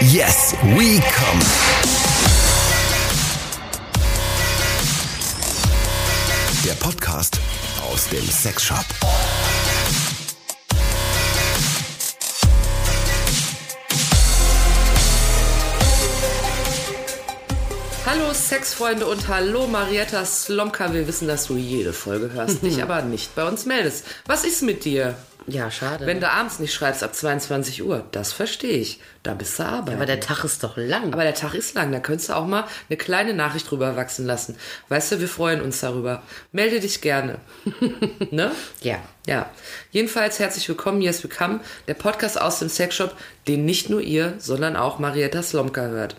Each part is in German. Yes, we come. Der Podcast aus dem Sexshop. Hallo Sexfreunde und hallo Marietta Slomka. Wir wissen, dass du jede Folge Mhm. hörst, dich aber nicht bei uns meldest. Was ist mit dir? Ja, schade. ne? Wenn du abends nicht schreibst ab 22 Uhr, das verstehe ich. Da bist du arbeiten. aber der Tag ist doch lang. aber der Tag ist lang, da könntest du auch mal eine kleine Nachricht drüber wachsen lassen. Weißt du, wir freuen uns darüber. Melde dich gerne. ne? ja. Ja. Jedenfalls herzlich willkommen, Yes We Come, der Podcast aus dem Sexshop, den nicht nur ihr, sondern auch Marietta Slomka hört.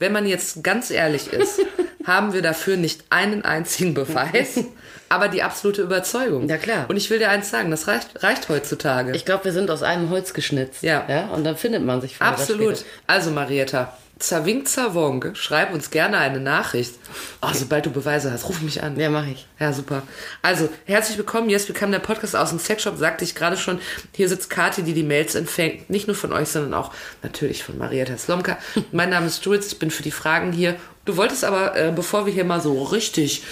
Wenn man jetzt ganz ehrlich ist, haben wir dafür nicht einen einzigen Beweis, aber die absolute Überzeugung. Ja, klar. Und ich will dir eins sagen, das reicht, reicht heutzutage. Ich glaube, wir sind aus einem Holz geschnitzt. Ja. ja? Und dann findet man sich früher oder Absolut. später. Also Marietta, Zawing Zawong, schreib uns gerne eine Nachricht. Oh, sobald du Beweise hast, ruf mich an. Ja, mache ich. Ja, super. Also, herzlich willkommen. Jetzt bekam der Podcast aus dem Sexshop, sagte ich gerade schon. Hier sitzt Kathi, die die Mails empfängt. Nicht nur von euch, sondern auch natürlich von Marietta Slomka. mein Name ist Jules, ich bin für die Fragen hier. Du wolltest aber, äh, bevor wir hier mal so richtig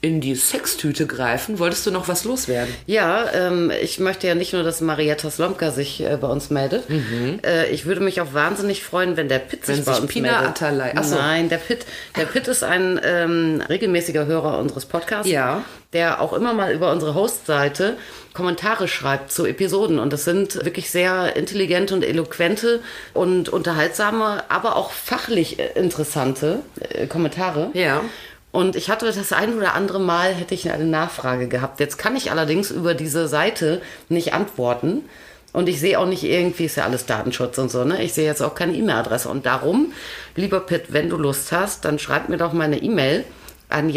in die Sextüte greifen, wolltest du noch was loswerden? Ja, ähm, ich möchte ja nicht nur, dass Marietta Slomka sich äh, bei uns meldet. Äh, ich würde mich auch wahnsinnig freuen, wenn der Pitt Mhm. Wenn sich bei sich uns Pina meldet. Atalay- Ach so. Nein, der Pitt, der Pitt ist ein ähm, regelmäßiger Hörer unseres Podcasts, Ja. der auch immer mal über unsere Host-Seite Kommentare schreibt zu Episoden. Und das sind wirklich sehr intelligente und eloquente und unterhaltsame, aber auch fachlich äh, interessante äh, Kommentare. Ja. Und ich hatte das ein oder andere Mal, hätte ich eine Nachfrage gehabt. Jetzt kann ich allerdings über diese Seite nicht antworten. Und ich sehe auch nicht irgendwie, ist ja alles Datenschutz und so, ne? Ich sehe jetzt auch keine E-Mail-Adresse. Und darum, lieber Pitt, wenn du Lust hast, dann schreib mir doch mal eine E-Mail an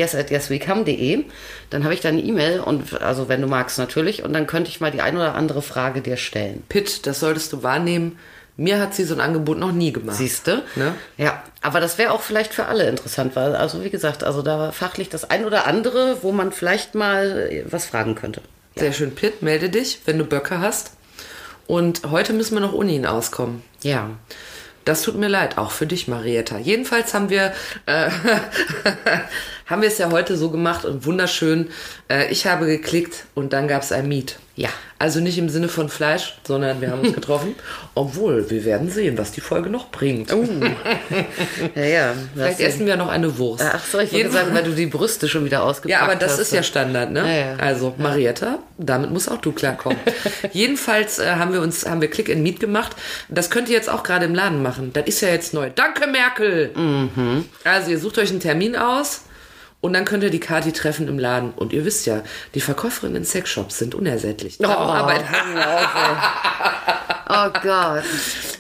yes@yeswecome.de. Dann habe ich deine E-Mail und, also wenn du magst, natürlich. Und dann könnte ich mal die ein oder andere Frage dir stellen. Pitt, das solltest du wahrnehmen. Mir hat sie so ein Angebot noch nie gemacht. Siehste? Ne? Ja, aber das wäre auch vielleicht für alle interessant, weil, also wie gesagt, also da fachlich das ein oder andere, wo man vielleicht mal äh, was fragen könnte. Sehr schön, Pitt, melde dich, wenn du Böcke hast. Und heute müssen wir noch ohne ihn auskommen. Ja. Das tut mir leid, auch für dich, Marietta. Jedenfalls haben wir, äh, haben wir es ja heute so gemacht und wunderschön. Äh, ich habe geklickt und dann gab es ein Meet. Ja. Also nicht im Sinne von Fleisch, sondern wir haben uns getroffen. Obwohl, wir werden sehen, was die Folge noch bringt. Oh. Ja, ja. Vielleicht essen wir noch eine Wurst. Ach so, ich würde Jedenfalls- sagen, weil du die Brüste schon wieder ja, ausgepackt hast. aber das ist ja Standard, ne? Ja, ja. Also, Marietta, damit muss auch du klarkommen. Jedenfalls äh, haben wir uns, haben wir Click and Meet gemacht. Das könnt ihr jetzt auch gerade im Laden machen. Das ist ja jetzt neu. Danke, Merkel! Mhm. Also, ihr sucht euch einen Termin aus und dann könnt ihr die Kati treffen im Laden. Und ihr wisst ja, die Verkäuferinnen in Sexshops sind unersättlich. Oh, Da auch Arbeit. oh Gott.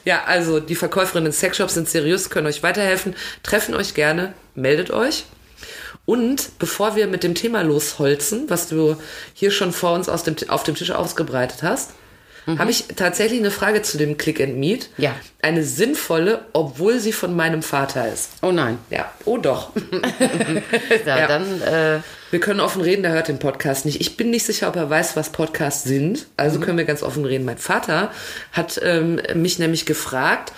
Ja, also die Verkäuferinnen in Sexshops sind seriös, können euch weiterhelfen. Treffen euch gerne, meldet euch. Und bevor wir mit dem Thema losholzen, was du hier schon vor uns aus dem, auf dem Tisch ausgebreitet hast, habe ich tatsächlich eine Frage zu dem Click and Meet. Ja. Eine sinnvolle, obwohl sie von meinem Vater ist. Oh nein. Ja, oh doch. Ja, Ja. dann, äh, Wir können offen reden, der hört den Podcast nicht. Ich bin nicht sicher, ob er weiß, was Podcasts sind. Also können wir ganz offen reden. Mein Vater hat ähm, mich nämlich gefragt,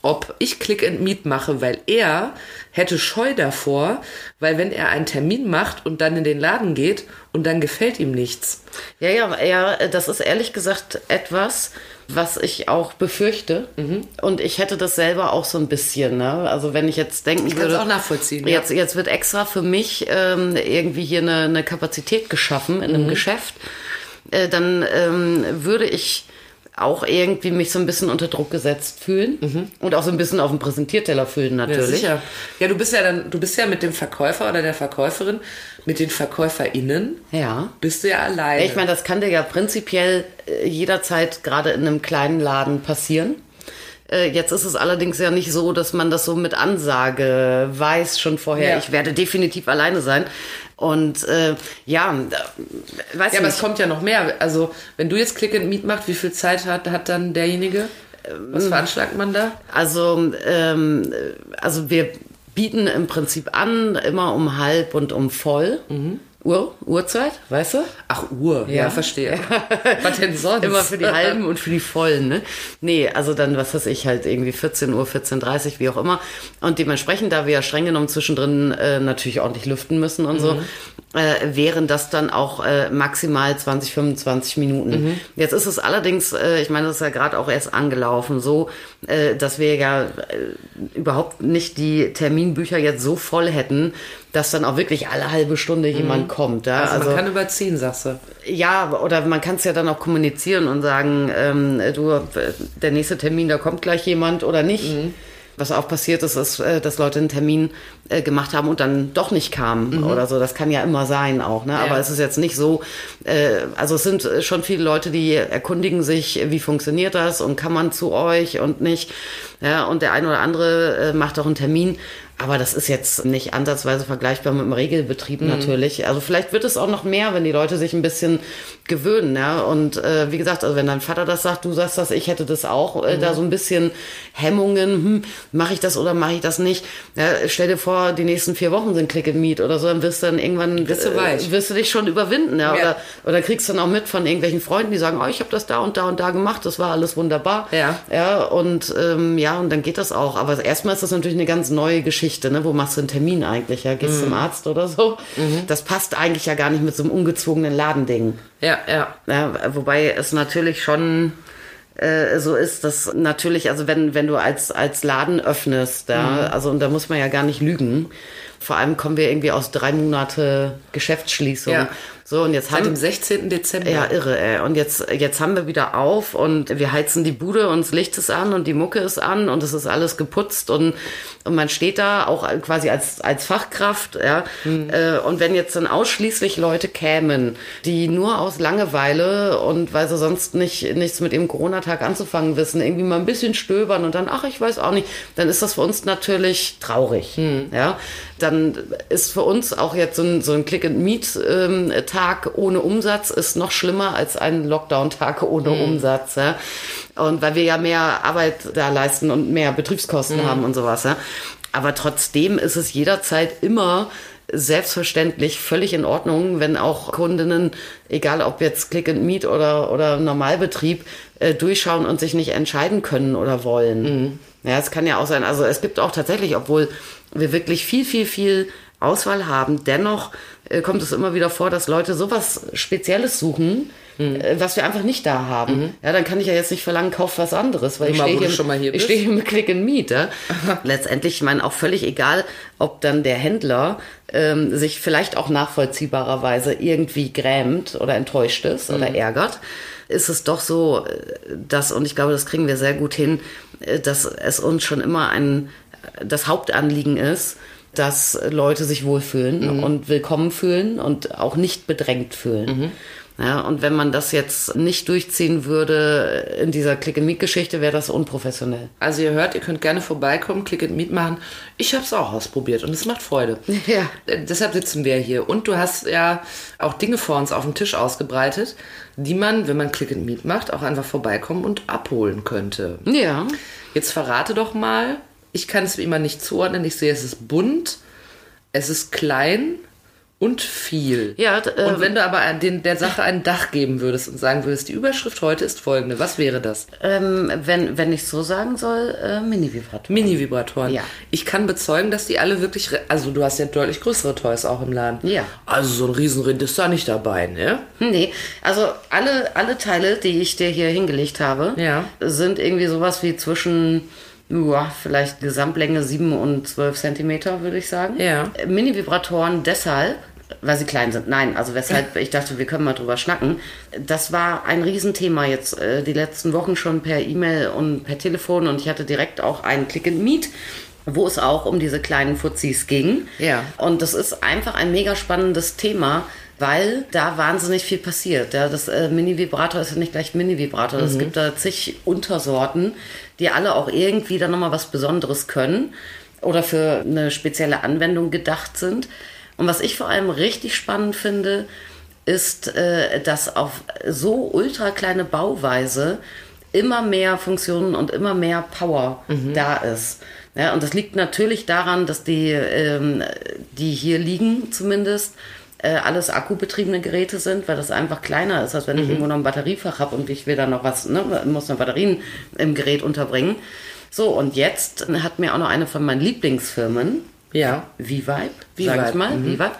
ob ich Click and Meet mache, weil er hätte Scheu davor, weil wenn er einen Termin macht und dann in den Laden geht und dann gefällt ihm nichts. ja, ja, ja, das ist ehrlich gesagt etwas, was ich auch befürchte. Mhm. Und ich hätte das selber auch so ein bisschen, ne? Also wenn ich jetzt denken ich kann's würde. auch nachvollziehen, ja. Jetzt, jetzt wird extra für mich ähm, irgendwie hier eine, eine Kapazität geschaffen in einem Mhm. Geschäft. Äh, dann ähm, würde ich auch irgendwie mich so ein bisschen unter Druck gesetzt fühlen und auch so ein bisschen auf dem Präsentierteller fühlen natürlich. Mhm. Ja, sicher. Ja, du bist ja dann, du bist ja mit dem Verkäufer oder der Verkäuferin, mit den VerkäuferInnen, ja. bist du ja alleine. Ich meine, das kann dir ja prinzipiell äh, jederzeit gerade in einem kleinen Laden passieren. Äh, Jetzt ist es allerdings ja nicht so, dass man das so mit Ansage weiß schon vorher. Ja. Ich werde definitiv alleine sein. Und äh, ja, äh, weiß ja, ich aber nicht. es kommt ja noch mehr. Also, wenn du jetzt Click and Meet macht, wie viel Zeit hat, hat dann derjenige? Was Ähm. veranschlagt man da? Also, ähm, also wir bieten im Prinzip an, immer um halb und um voll. Uhr, Uhrzeit, weißt du? Ach, Mhm. Uhr. Ja, Ja. verstehe. Was denn sonst? Immer für die halben und für die vollen, ne? Nee, also dann, was weiß ich, halt irgendwie 14 Uhr, 14.30 Uhr, wie auch immer. Und dementsprechend, da wir ja streng genommen zwischendrin äh, natürlich ordentlich lüften müssen und Mhm. so, äh, wären das dann auch äh, maximal 20, 25 Minuten. Mhm. Jetzt ist es allerdings, äh, ich meine, das ist ja gerade auch erst angelaufen, so, äh, dass wir ja äh, überhaupt nicht die Terminbücher jetzt so voll hätten, dass dann auch wirklich alle halbe Stunde jemand kommt. Ja? Also, man kann überziehen, sagst du. Ja, oder man kann es ja dann auch kommunizieren und sagen, ähm, du, äh, der nächste Termin, da kommt gleich jemand oder nicht. Was auch passiert ist, ist, äh, dass Leute einen Termin äh, gemacht haben und dann doch nicht kamen oder so. Das kann ja immer sein auch, ne? Aber es ist jetzt nicht so, äh, also es sind äh, schon viele Leute, die erkundigen sich, äh, wie funktioniert das und kann man zu euch und nicht. Ja, und der ein oder andere äh, macht auch einen Termin. Aber das ist jetzt nicht ansatzweise vergleichbar mit dem Regelbetrieb natürlich. Also vielleicht wird es auch noch mehr, wenn die Leute sich ein bisschen gewöhnen. Ja? Und äh, wie gesagt, also wenn dein Vater das sagt, du sagst das, ich hätte das auch, äh, da so ein bisschen Hemmungen, hm, mache ich das oder mache ich das nicht. Ja, stell dir vor, die nächsten vier Wochen sind Click and Meet oder so, dann wirst du dann irgendwann Bist du weich. Äh, wirst du dich schon überwinden. Ja? Ja. Oder, oder kriegst dann auch mit von irgendwelchen Freunden, die sagen, oh, ich habe das da und da und da gemacht, das war alles wunderbar. Ja. Ja, und ähm, ja, und dann geht das auch. Aber erstmal ist das natürlich eine ganz neue Geschichte, ne? Wo machst du einen Termin eigentlich? Ja, gehst zum Arzt oder so? Das passt eigentlich ja gar nicht mit so einem ungezwungenen Ladending. Ja, ja. Ja, wobei es natürlich schon äh, so ist, dass natürlich, also wenn, wenn du als, als Laden öffnest, ja, Mhm. also und da muss man ja gar nicht lügen. Vor allem kommen wir irgendwie aus drei Monate Geschäftsschließung. Ja. So, und jetzt Seit haben dem 16. Dezember. ja, irre, ey. Und jetzt, jetzt haben wir wieder auf und wir heizen die Bude und das Licht ist an und die Mucke ist an und es ist alles geputzt und, und man steht da auch quasi als, als Fachkraft, ja. Äh, Und wenn jetzt dann ausschließlich Leute kämen, die nur aus Langeweile und weil sie sonst nicht, nichts mit ihrem Corona-Tag anzufangen wissen, irgendwie mal ein bisschen stöbern und dann, ach, ich weiß auch nicht, dann ist das für uns natürlich traurig, ja. Dann ist für uns auch jetzt so ein, so ein Click-and-Meet-Tag ohne Umsatz ist noch schlimmer als ein Lockdown-Tag ohne Umsatz. Ja? Und weil wir ja mehr Arbeit da leisten und mehr Betriebskosten haben und sowas. Ja? Aber trotzdem ist es jederzeit immer selbstverständlich völlig in Ordnung, wenn auch Kundinnen, egal ob jetzt Click and Meet oder, oder Normalbetrieb, äh, durchschauen und sich nicht entscheiden können oder wollen. Ja, es kann ja auch sein. Also es gibt auch tatsächlich, obwohl wir wirklich viel, viel, viel Auswahl haben, dennoch äh, kommt es immer wieder vor, dass Leute sowas Spezielles suchen, Hm. äh, was wir einfach nicht da haben. Ja, dann kann ich ja jetzt nicht verlangen, kauf was anderes, weil Mhm. Mal, ich wo stehe du hier, schon mal hier bist. ich stehe im Click and Meet. Ja? Letztendlich, ich meine, auch völlig egal, ob dann der Händler ähm, sich vielleicht auch nachvollziehbarerweise irgendwie grämt oder enttäuscht ist oder ärgert, ist es doch so, äh, dass, und ich glaube, das kriegen wir sehr gut hin, äh, dass es uns schon immer ein, äh, das Hauptanliegen ist, dass Leute sich wohlfühlen und willkommen fühlen und auch nicht bedrängt fühlen. Ja, und wenn man das jetzt nicht durchziehen würde in dieser Click-and-Meet-Geschichte, wäre das unprofessionell. Also ihr hört, ihr könnt gerne vorbeikommen, Click and Meet machen. Ich habe es auch ausprobiert und es macht Freude. Ja. Äh, Deshalb sitzen wir hier. Und du hast ja auch Dinge vor uns auf dem Tisch ausgebreitet, die man, wenn man Click and Meet macht, auch einfach vorbeikommen und abholen könnte. Ja. Jetzt verrate doch mal, ich kann es wie immer nicht zuordnen. Ich sehe, es ist bunt, es ist klein und viel. Ja, d- äh, und wenn du aber an den, der Sache ein Dach geben würdest und sagen würdest, die Überschrift heute ist folgende, was wäre das? Ähm, wenn, wenn ich so sagen soll, äh, Mini-Vibrator. Mini-Vibratoren. Ja. Ich kann bezeugen, dass die alle wirklich, re- also du hast ja deutlich größere Toys auch im Laden. Ja. Also so ein Riesenrind ist da nicht dabei, ne? Nee, also alle, alle Teile, die ich dir hier hingelegt habe, Ja. sind irgendwie sowas wie zwischen, ja, vielleicht Gesamtlänge 7 und 12 Zentimeter, würde ich sagen. Ja. Äh, Mini-Vibratoren deshalb, weil sie klein sind. Nein, also weshalb ich dachte, wir können mal drüber schnacken. Das war ein Riesenthema jetzt äh, die letzten Wochen schon per E-Mail und per Telefon und ich hatte direkt auch einen Click and Meet wo es auch um diese kleinen Fuzis ging. Ja. Und das ist einfach ein mega spannendes Thema, weil da wahnsinnig viel passiert. Ja, das äh, Mini-Vibrator ist ja nicht gleich Mini-Vibrator. Es gibt da zig Untersorten, die alle auch irgendwie dann nochmal was Besonderes können oder für eine spezielle Anwendung gedacht sind. Und was ich vor allem richtig spannend finde, ist, äh, dass auf so ultra kleine Bauweise immer mehr Funktionen und immer mehr Power da ist. Ja, und das liegt natürlich daran, dass die, ähm, die hier liegen zumindest, äh, alles akkubetriebene Geräte sind, weil das einfach kleiner ist, als wenn ich irgendwo noch ein Batteriefach habe und ich will da noch was, ne, muss noch Batterien im Gerät unterbringen. So, und jetzt hat mir auch noch eine von meinen Lieblingsfirmen, Ja. Vivibe, Vivibe, sag ich mal, Vivibe,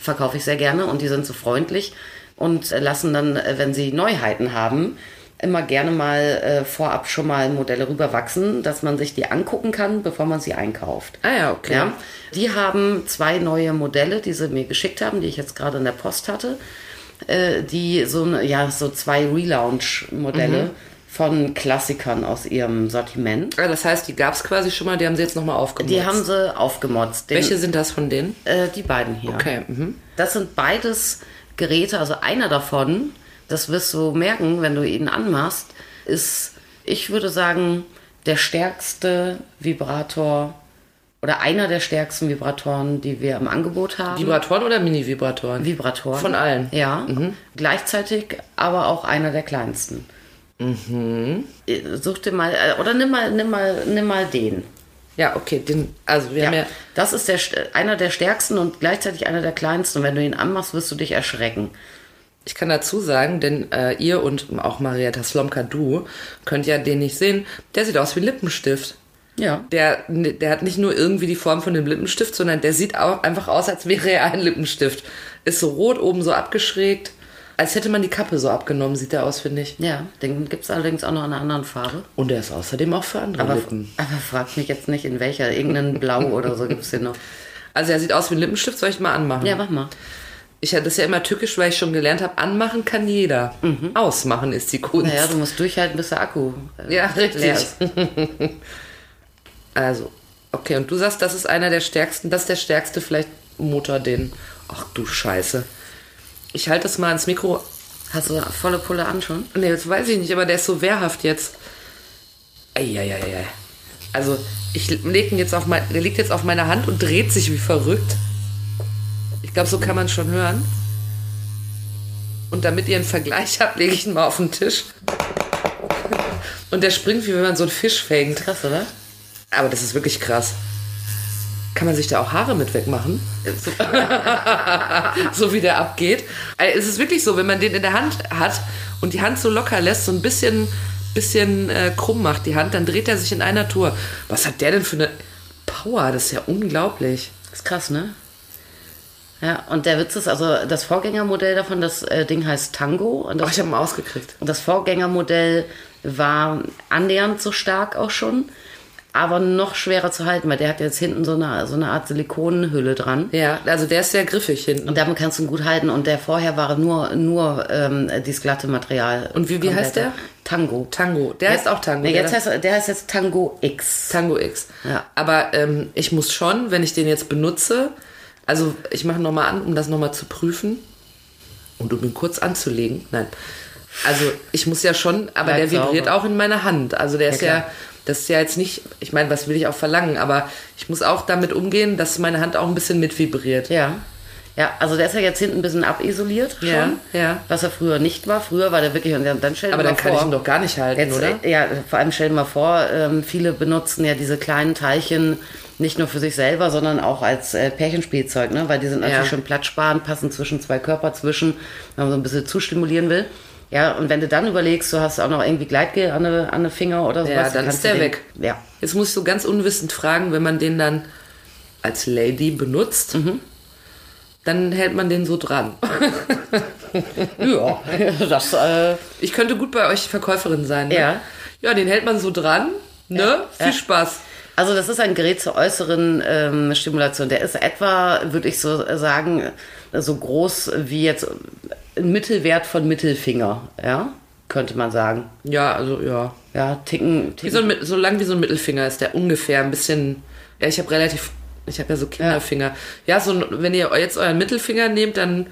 verkaufe ich sehr gerne und die sind so freundlich und äh, lassen dann, äh, wenn sie Neuheiten haben, immer gerne mal äh, vorab schon mal Modelle rüberwachsen, dass man sich die angucken kann, bevor man sie einkauft. Ah ja, okay. Ja, die haben zwei neue Modelle, die sie mir geschickt haben, die ich jetzt gerade in der Post hatte, äh, die so, eine- ja, so zwei Relaunch-Modelle Mhm. von Klassikern aus ihrem Sortiment. Ah, Das heißt, die gab es quasi schon mal, die haben sie jetzt nochmal aufgemacht. Die haben sie aufgemotzt. Den, Welche sind das von denen? Äh, die beiden hier. Okay. Mhm. Das sind beides Geräte, also einer davon, das wirst du merken, wenn du ihn anmachst, ist, ich würde sagen, der stärkste Vibrator oder einer der stärksten Vibratoren, die wir im Angebot haben. Vibratoren oder Mini-Vibratoren? Vibratoren. Von allen? Mhm. Ja. Gleichzeitig aber auch einer der kleinsten. Mhm. Such dir mal, äh, oder nimm mal, nimm mal, nimm mal den. ja, okay. Den, also wir Ja, haben ja. das ist der, st- einer der stärksten und gleichzeitig einer der kleinsten. Und wenn du ihn anmachst, wirst du dich erschrecken. Ich kann dazu sagen, denn äh, ihr und auch Marietta Slomka, du, könnt ja den nicht sehen. Der sieht aus wie ein Lippenstift. Ja. Der, ne, der hat nicht nur irgendwie die Form von dem Lippenstift, sondern der sieht auch einfach aus, als wäre er ein Lippenstift. Ist so rot oben so abgeschrägt. Als hätte man die Kappe so abgenommen, sieht der aus, finde ich. Ja, den gibt es allerdings auch noch in einer anderen Farbe. Und der ist außerdem auch für andere Aber, Lippen. aber frag mich jetzt nicht, in welcher. Irgendein Blau oder so gibt es den noch. Also er sieht aus wie ein Lippenstift, soll ich mal anmachen? Ja, mach mal. Ich hatte das ja immer tückisch, weil ich schon gelernt habe, anmachen kann jeder. Ausmachen ist die Kunst. Mhm. Naja, du musst durchhalten, bis der Akku äh, Ja, richtig. leer ist. Also, okay, und du sagst, das ist einer der stärksten, das ist der stärkste vielleicht Motor, den. Ach du Scheiße. Ich halte das mal ans Mikro. Hast du volle Pulle an schon? Ne, das weiß ich nicht, aber der ist so wehrhaft jetzt. Eieieiei. Also, ich leg ihn jetzt auf mein, der liegt jetzt auf meiner Hand und dreht sich wie verrückt. Ich glaube, so kann man schon hören. Und damit ihr einen Vergleich habt, lege ich ihn mal auf den Tisch. Und der springt, wie wenn man so einen Fisch fängt. Krass, oder? Aber das ist wirklich krass. Kann man sich da auch Haare mit wegmachen? So, so wie der abgeht. Also Es ist wirklich so, wenn man den in der Hand hat und die Hand so locker lässt, so ein bisschen, bisschen äh, krumm macht die Hand, dann dreht er sich in einer Tour. Was hat der denn für eine Power? Das ist ja unglaublich. Ist krass, ne? Ja, und der Witz ist, also das Vorgängermodell davon, das äh, Ding heißt Tango. Und Oh, das ich habe ihn ausgekriegt. Und das Vorgängermodell war annähernd so stark auch schon, aber noch schwerer zu halten, weil der hat jetzt hinten so eine, so eine Art Silikonhülle dran. Ja, also der ist sehr griffig hinten. Und damit kannst du ihn gut halten. Und der vorher war nur, nur ähm, dieses glatte Material. Und wie- wie heißt der? Tango. Tango. Der heißt auch Tango. Nee, der jetzt heißt, er- der heißt jetzt Tango X. Tango X. Ja. Aber ähm, ich muss schon, wenn ich den jetzt benutze, also ich mache nochmal an, um das nochmal zu prüfen und um ihn kurz anzulegen. Nein. Also ich muss ja schon, aber der Bleib vibriert sauber. auch in meiner Hand. Also der ist ja, klar. das ist ja jetzt nicht, ich meine, was will ich auch verlangen, aber ich muss auch damit umgehen, dass meine Hand auch ein bisschen mit vibriert. Ja. Ja, also der ist ja jetzt hinten ein bisschen abisoliert schon. Ja, ja. Was er früher nicht war. Früher war der wirklich, und dann stell dir aber mal dann kann vor, ich ihn doch gar nicht halten, Jetzt, oder? äh, Ja, vor allem stellen wir vor, ähm, viele benutzen ja diese kleinen Teilchen nicht nur für sich selber, sondern auch als äh, Pärchenspielzeug, ne? weil die sind natürlich Ja. schon platzsparend, passen zwischen zwei Körper zwischen, wenn man so ein bisschen zustimulieren will. Ja, und wenn du dann überlegst, du hast auch noch irgendwie Gleitgel an den an den Finger oder sowas. dann kannst ist du der den- weg. Ja, Jetzt muss ich so ganz unwissend fragen, wenn man den dann als Lady benutzt, Mhm. dann hält man den so dran. ja das äh, Ich könnte gut bei euch Verkäuferin sein. Ne? Ja. Ja, den hält man so dran. Ne? Viel Ja. Spaß. Also das ist ein Gerät zur äußeren ähm, Stimulation. Der ist etwa, würde ich so sagen, so groß wie jetzt ein Mittelwert von Mittelfinger, ja, könnte man sagen. Ja, also ja. Ja, ticken, Wie so, ticken. ein, Mit- so lang wie so ein Mittelfinger ist der ungefähr. Ein bisschen. Ja, ich habe relativ. Ich habe ja so Kinderfinger. Ja, so ein- wenn ihr jetzt euren Mittelfinger nehmt, dann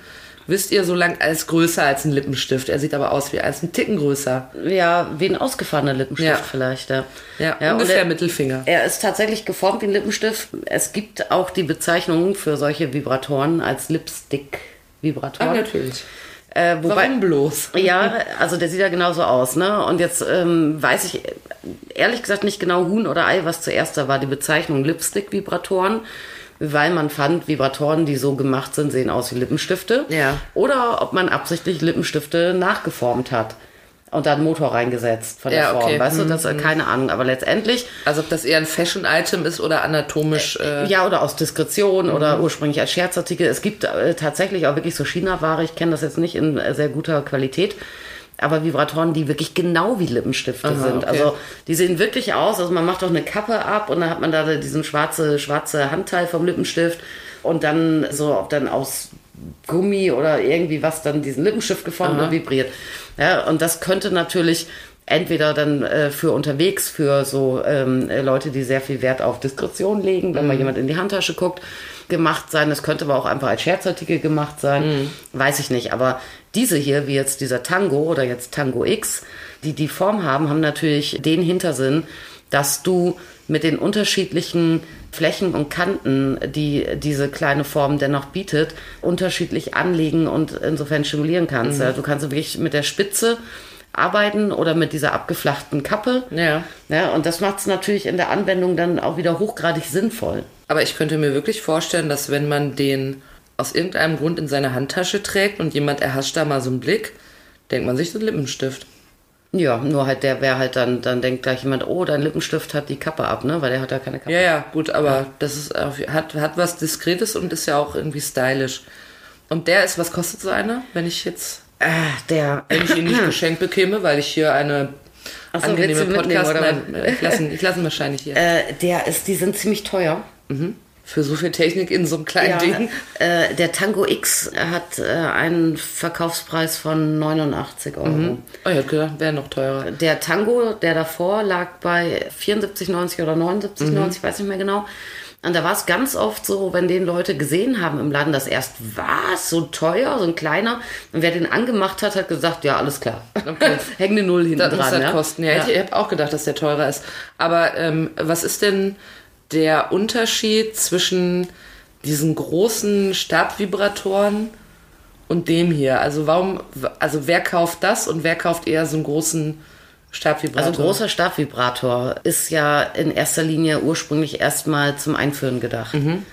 wisst ihr so lang als größer als ein Lippenstift. Er sieht aber aus wie als ein Ticken größer. ja, wie ein ausgefahrener Lippenstift Ja. vielleicht. Ja, Ja, und ungefähr er- Mittelfinger. Er ist tatsächlich geformt wie ein Lippenstift. Es gibt auch die Bezeichnung für solche Vibratoren als Lipstick-Vibratoren. Äh, wobei, Warum bloß? Ja, also der sieht ja genauso aus, ne? Und jetzt ähm, weiß ich äh, ehrlich gesagt nicht genau Huhn oder Ei, was zuerst da war, die Bezeichnung Lipstick-Vibratoren weil man fand, Vibratoren, die so gemacht sind, sehen aus wie Lippenstifte. Ja. Oder ob man absichtlich Lippenstifte nachgeformt hat und da einen Motor reingesetzt von der Ja, okay. Mhm. Form. Weißt du, das keine Ahnung. Aber letztendlich Also ob das eher ein Fashion-Item ist oder anatomisch. Äh, Ja, oder aus Diskretion oder ursprünglich als Scherzartikel. Es gibt äh, tatsächlich auch wirklich so China-Ware. Ich kenne das jetzt nicht in äh, sehr guter Qualität. Aber Vibratoren, die wirklich genau wie Lippenstifte sind. okay. Also die sehen wirklich aus. Also man macht doch eine Kappe ab und dann hat man da diesen schwarze, schwarze Handteil vom Lippenstift und dann so ob dann aus Gummi oder irgendwie was dann diesen Lippenstift geformt und vibriert. Ja, und das könnte natürlich entweder dann äh, für unterwegs, für so ähm, äh, Leute, die sehr viel Wert auf Diskretion legen, wenn mal jemand in die Handtasche guckt, gemacht sein. Das könnte aber auch einfach als Scherzartikel gemacht sein. Weiß ich nicht. Aber diese hier, wie jetzt dieser Tango oder jetzt Tango X, die die Form haben, haben natürlich den Hintersinn, dass du mit den unterschiedlichen Flächen und Kanten, die diese kleine Form dennoch bietet, unterschiedlich anlegen und insofern stimulieren kannst. Ja, Du kannst wirklich mit der Spitze arbeiten oder mit dieser abgeflachten Kappe. Ja. Ja, und das macht es natürlich in der Anwendung dann auch wieder hochgradig sinnvoll. aber ich könnte mir wirklich vorstellen, dass wenn man den aus irgendeinem Grund in seiner Handtasche trägt und jemand erhascht da mal so einen Blick, denkt man sich so einen Lippenstift. Ja, nur halt der, wer halt dann, dann denkt gleich jemand, oh, dein Lippenstift hat die Kappe ab, ne? Weil der hat ja keine Kappe. Ja, ja, gut, aber das ist auf, hat, hat was Diskretes und ist ja auch irgendwie stylisch. Und der ist, was kostet so einer, wenn ich jetzt, Ah, der. wenn ich ihn nicht geschenkt bekäme, weil ich hier eine Ach so, angenehme willst du mitnehmen, Podcast, oder nein, äh, ich lasse ihn- ich lasse ihn wahrscheinlich hier. Äh, der ist, die sind ziemlich teuer. Für so viel Technik in so einem kleinen Ja, Ding. äh, der Tango X hat äh, einen Verkaufspreis von 89 Euro. Oh, ich hätte gedacht, wäre noch teurer. Der Tango, der davor lag bei 74,90 oder 79,90, Mhm. weiß nicht mehr genau. Und da war es ganz oft so, wenn den Leute gesehen haben im Laden, dass erst was so teuer, so ein kleiner. Und wer den angemacht hat, hat gesagt, ja, alles klar. Okay. Hängende Null hinten Das muss dran. das ja? kosten. Ja, Ich habe auch gedacht, dass der teurer ist. Aber ähm, was ist denn der Unterschied zwischen diesen großen Stabvibratoren und dem hier? Also warum, also wer kauft das und wer kauft eher so einen großen Stabvibrator? Also ein großer Stabvibrator ist ja in erster Linie ursprünglich erstmal zum Einführen gedacht. Mhm.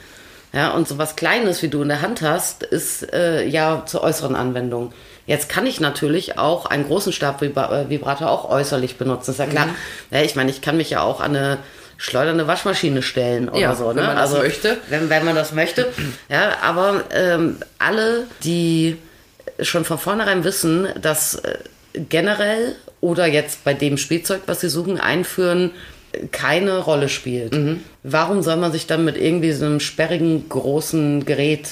Ja, und sowas Kleines, wie du in der Hand hast, ist äh, ja zur äußeren Anwendung. Jetzt kann ich natürlich auch einen großen Stabvibrator auch äußerlich benutzen, ist ja Mhm. klar. Ja, ich meine, ich kann mich ja auch an eine schleudernde Waschmaschine stellen oder Ja, so. Ne? wenn man das also, möchte. Wenn, wenn man das möchte. Ja, aber ähm, alle, die schon von vornherein wissen, dass äh, generell oder jetzt bei dem Spielzeug, was sie suchen, einführen, äh, keine Rolle spielt. Warum soll man sich dann mit irgendwie so einem sperrigen, großen Gerät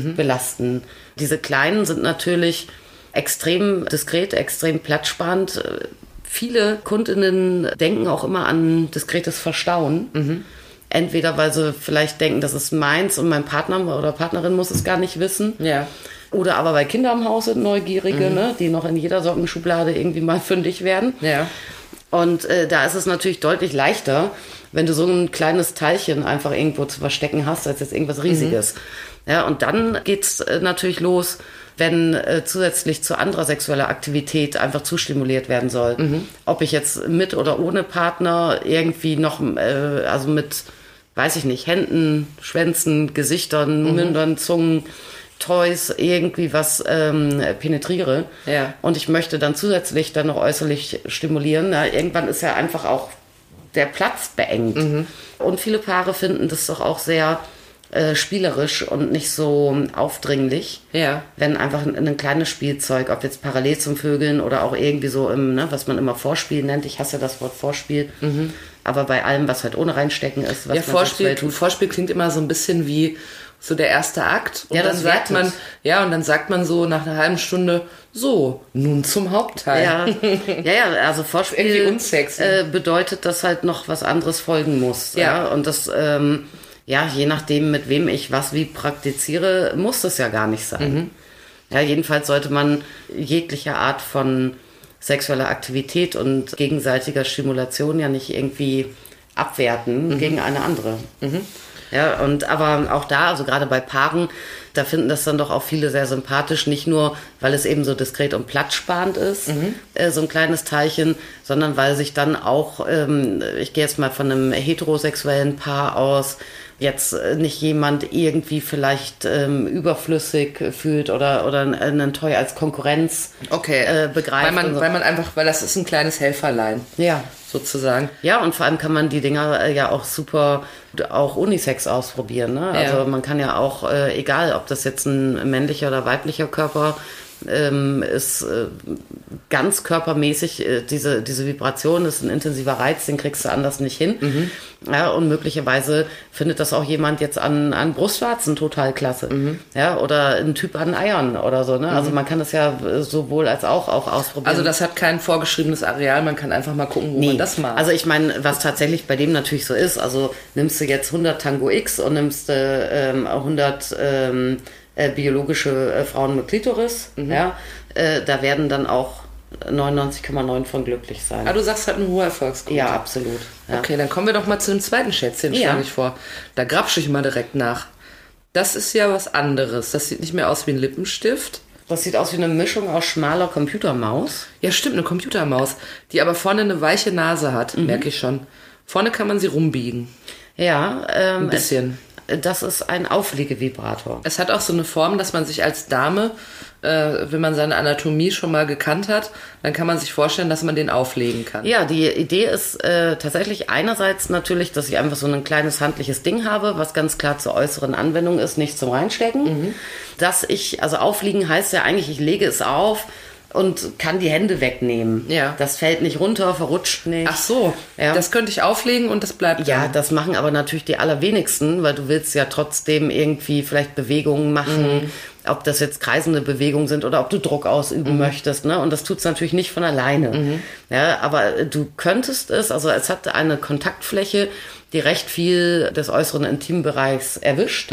belasten? Diese kleinen sind natürlich extrem diskret, extrem platzsparend. Äh, Viele Kundinnen denken auch immer an diskretes Verstauen. Mhm. Entweder weil sie vielleicht denken, das ist meins und mein Partner oder Partnerin muss es gar nicht wissen. Ja. Mhm. Oder aber bei Kinder im Haus sind Neugierige, ne, die noch in jeder Sockenschublade irgendwie mal fündig werden. Ja. Und äh, da ist es natürlich deutlich leichter, wenn du so ein kleines Teilchen einfach irgendwo zu verstecken hast, als jetzt irgendwas Riesiges. Ja, und dann geht's äh, natürlich los, wenn äh, zusätzlich zu anderer sexueller Aktivität einfach zustimuliert werden soll. Ob ich jetzt mit oder ohne Partner irgendwie noch, äh, also mit, weiß ich nicht, Händen, Schwänzen, Gesichtern, Mündern, Zungen, Toys, irgendwie was ähm, penetriere. Ja. Und ich möchte dann zusätzlich dann noch äußerlich stimulieren. Na, irgendwann ist ja einfach auch der Platz beengt. Mhm. Und viele Paare finden das doch auch sehr äh, spielerisch und nicht so aufdringlich. Ja. Wenn einfach ein, ein kleines Spielzeug, ob jetzt parallel zum Vögeln oder auch irgendwie so im, ne, was man immer Vorspiel nennt. Ich hasse das Wort Vorspiel. Aber bei allem, was halt ohne reinstecken ist, was Mhm. Ja, man Vorspiel, sexuell tut. Vorspiel klingt immer so ein bisschen wie so der erste Akt. Und Ja, dann das sagt wertet. man, ja, und dann sagt man so nach einer halben Stunde, so, nun zum Hauptteil. Ja, ja, ja also Irgendwie Vorspiel unsexy. äh, bedeutet, dass halt noch was anderes folgen muss. Ja. Ja. Und das, ähm, ja, je nachdem, mit wem ich was wie praktiziere, muss das ja gar nicht sein. Mhm. Ja, jedenfalls sollte man jeglicher Art von sexueller Aktivität und gegenseitiger Stimulation ja nicht irgendwie Mhm. abwerten gegen eine andere. Ja, und aber auch da, also gerade bei Paaren, da finden das dann doch auch viele sehr sympathisch, nicht nur, weil es eben so diskret und platzsparend ist, Mhm. äh, so ein kleines Teilchen, sondern weil sich dann auch, ähm, ich gehe jetzt mal von einem heterosexuellen Paar aus, jetzt äh, nicht jemand irgendwie vielleicht ähm, überflüssig fühlt oder, oder einen Toy als Konkurrenz Okay. äh, begreift. weil und man, so. weil man einfach, weil das ist ein kleines Helferlein, ja. sozusagen. Ja, und vor allem kann man die Dinger äh, ja auch super auch Unisex ausprobieren. Ne? Also Ja. man kann ja auch, äh, egal ob das jetzt ein männlicher oder weiblicher Körper ähm, ist, äh, ganz körpermäßig, äh, diese, diese Vibration ist ein intensiver Reiz, den kriegst du anders nicht hin. Mhm. Ja, und möglicherweise findet das auch jemand jetzt an, an Brustwarzen total klasse. Mhm. Ja, oder ein Typ an Eiern oder so. Ne? Also man kann das ja äh, sowohl als auch, auch ausprobieren. Also das hat kein vorgeschriebenes Areal, man kann einfach mal gucken, wo man das mag. Also ich meine, was tatsächlich bei dem natürlich so ist, also nimmst du jetzt 100 Tango X und nimmst äh, ähm, 100 ähm, äh, biologische äh, Frauen mit Klitoris, Mhm. ja, äh, da werden dann auch 99,9 von glücklich sein. ah, du sagst halt eine hohe Erfolgsquote. ja, absolut. Ja. Okay, dann kommen wir doch mal zu dem zweiten Schätzchen, Ja. schlage ich vor. Da grapsche ich mal direkt nach. Das ist ja was anderes. Das sieht nicht mehr aus wie ein Lippenstift. Das sieht aus wie eine Mischung aus schmaler Computermaus. Ja, stimmt, eine Computermaus, die aber vorne eine weiche Nase hat, Mhm. merke ich schon. Vorne kann man sie rumbiegen. Ja, ähm, Ein bisschen. äh, Das ist ein Aufliegevibrator. Es hat auch so eine Form, dass man sich als Dame, äh, wenn man seine Anatomie schon mal gekannt hat, dann kann man sich vorstellen, dass man den auflegen kann. Ja, die Idee ist äh, tatsächlich einerseits natürlich, dass ich einfach so ein kleines handliches Ding habe, was ganz klar zur äußeren Anwendung ist, nicht zum Reinstecken. Mhm. Dass ich, also aufliegen heißt ja eigentlich, ich lege es auf und kann die Hände wegnehmen. Ja. Das fällt nicht runter, verrutscht nicht. Ach so, Ja. das könnte ich auflegen und das bleibt Ja, dann. das machen aber natürlich die allerwenigsten, weil du willst ja trotzdem irgendwie vielleicht Bewegungen machen, ob das jetzt kreisende Bewegungen sind oder ob du Druck ausüben möchtest. Ne? Und das tut's natürlich nicht von alleine. Ja, aber äh, du könntest es, also es hat eine Kontaktfläche, die recht viel des äußeren Intimbereichs erwischt.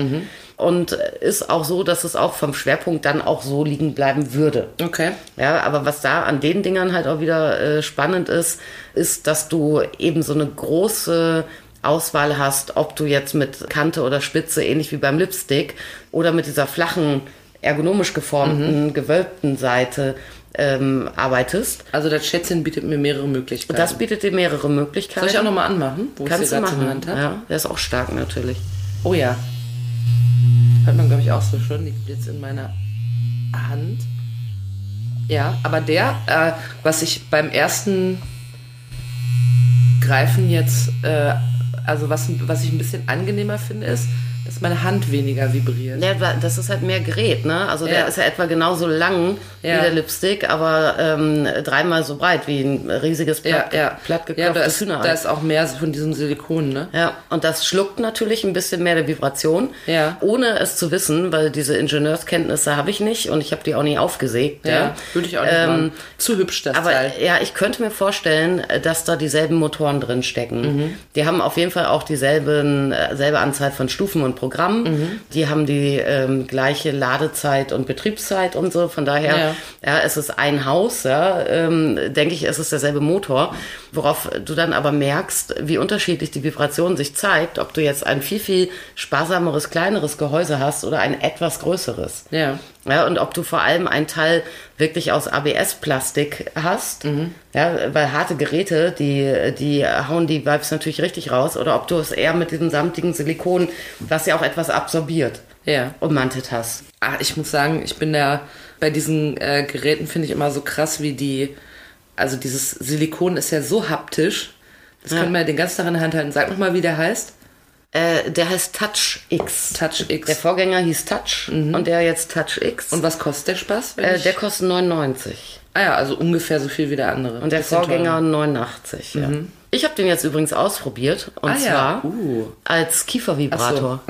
Und äh, ist auch so, dass es auch vom Schwerpunkt dann auch so liegen bleiben würde. Okay. Ja, aber was da an den Dingern halt auch wieder äh, spannend ist, ist, dass du eben so eine große Auswahl hast, ob du jetzt mit Kante oder Spitze, ähnlich wie beim Lipstick, oder mit dieser flachen, ergonomisch geformten, Mhm. gewölbten Seite ähm, arbeitest. Also das Schätzchen bietet mir mehrere Möglichkeiten. Das bietet dir mehrere Möglichkeiten. Soll ich auch nochmal anmachen, wo ich Kannst sie du gerade in der machen. Hand habe? Ja, der ist auch stark natürlich. Oh ja. Hört man, glaube ich, auch so schon. Liegt jetzt in meiner Hand. Ja, aber der, äh, was ich beim ersten Greifen jetzt, äh, also was, was ich ein bisschen angenehmer finde, ist, dass meine Hand weniger vibriert. Ja, wa- das ist halt mehr Gerät, ne? Also Ja. der ist ja etwa genauso lang wie Ja. der Lipstick, aber ähm, dreimal so breit wie ein riesiges Ja, platt, ja. ja, da plattgeklopftes ist, da Hühnerei. ist auch mehr von diesem Silikon, ne? Ja, und das schluckt natürlich ein bisschen mehr der Vibration, Ja. ohne es zu wissen, weil diese Ingenieurskenntnisse habe ich nicht und ich habe die auch nie aufgesägt. Ja, Würde ich auch nicht Ähm, machen. Zu hübsch, das aber Teil. ja, ich könnte mir vorstellen, äh, dass da dieselben Motoren drin stecken. Die haben auf jeden Fall auch dieselben, äh, selbe Anzahl von Stufen und Programmen. Die haben die ähm, gleiche Ladezeit und Betriebszeit und so. Von daher, ja, es ist ein Haus, ja, ähm, denke ich, es ist derselbe Motor. Worauf du dann aber merkst, wie unterschiedlich die Vibration sich zeigt, ob du jetzt ein viel, viel sparsameres, kleineres Gehäuse hast oder ein etwas größeres. Ja. Ja, und ob du vor allem einen Teil wirklich aus ABS-Plastik hast, Mhm. ja, weil harte Geräte, die, die hauen die Vibes natürlich richtig raus, oder ob du es eher mit diesem samtigen Silikon, was ja auch etwas absorbiert, Ja. ummantelt hast. Ah, ich muss sagen, ich bin da bei diesen äh, Geräten finde ich immer so krass, wie die, also dieses Silikon ist ja so haptisch. Das Ja. können wir ja den ganzen Tag in der Hand halten. Sag noch mal, wie der heißt. Äh, der heißt Touch X. Touch Der X. Mhm. Vorgänger hieß Touch und der jetzt Touch X. Und was kostet der Spaß? wenn äh, ich- der kostet 99. ah ja, also ungefähr so viel wie der andere. Und der Bisschen Vorgänger teurer. 89, ja. Ich habe den jetzt übrigens ausprobiert und Mhm. Ah ja, zwar uh. als Kiefervibrator.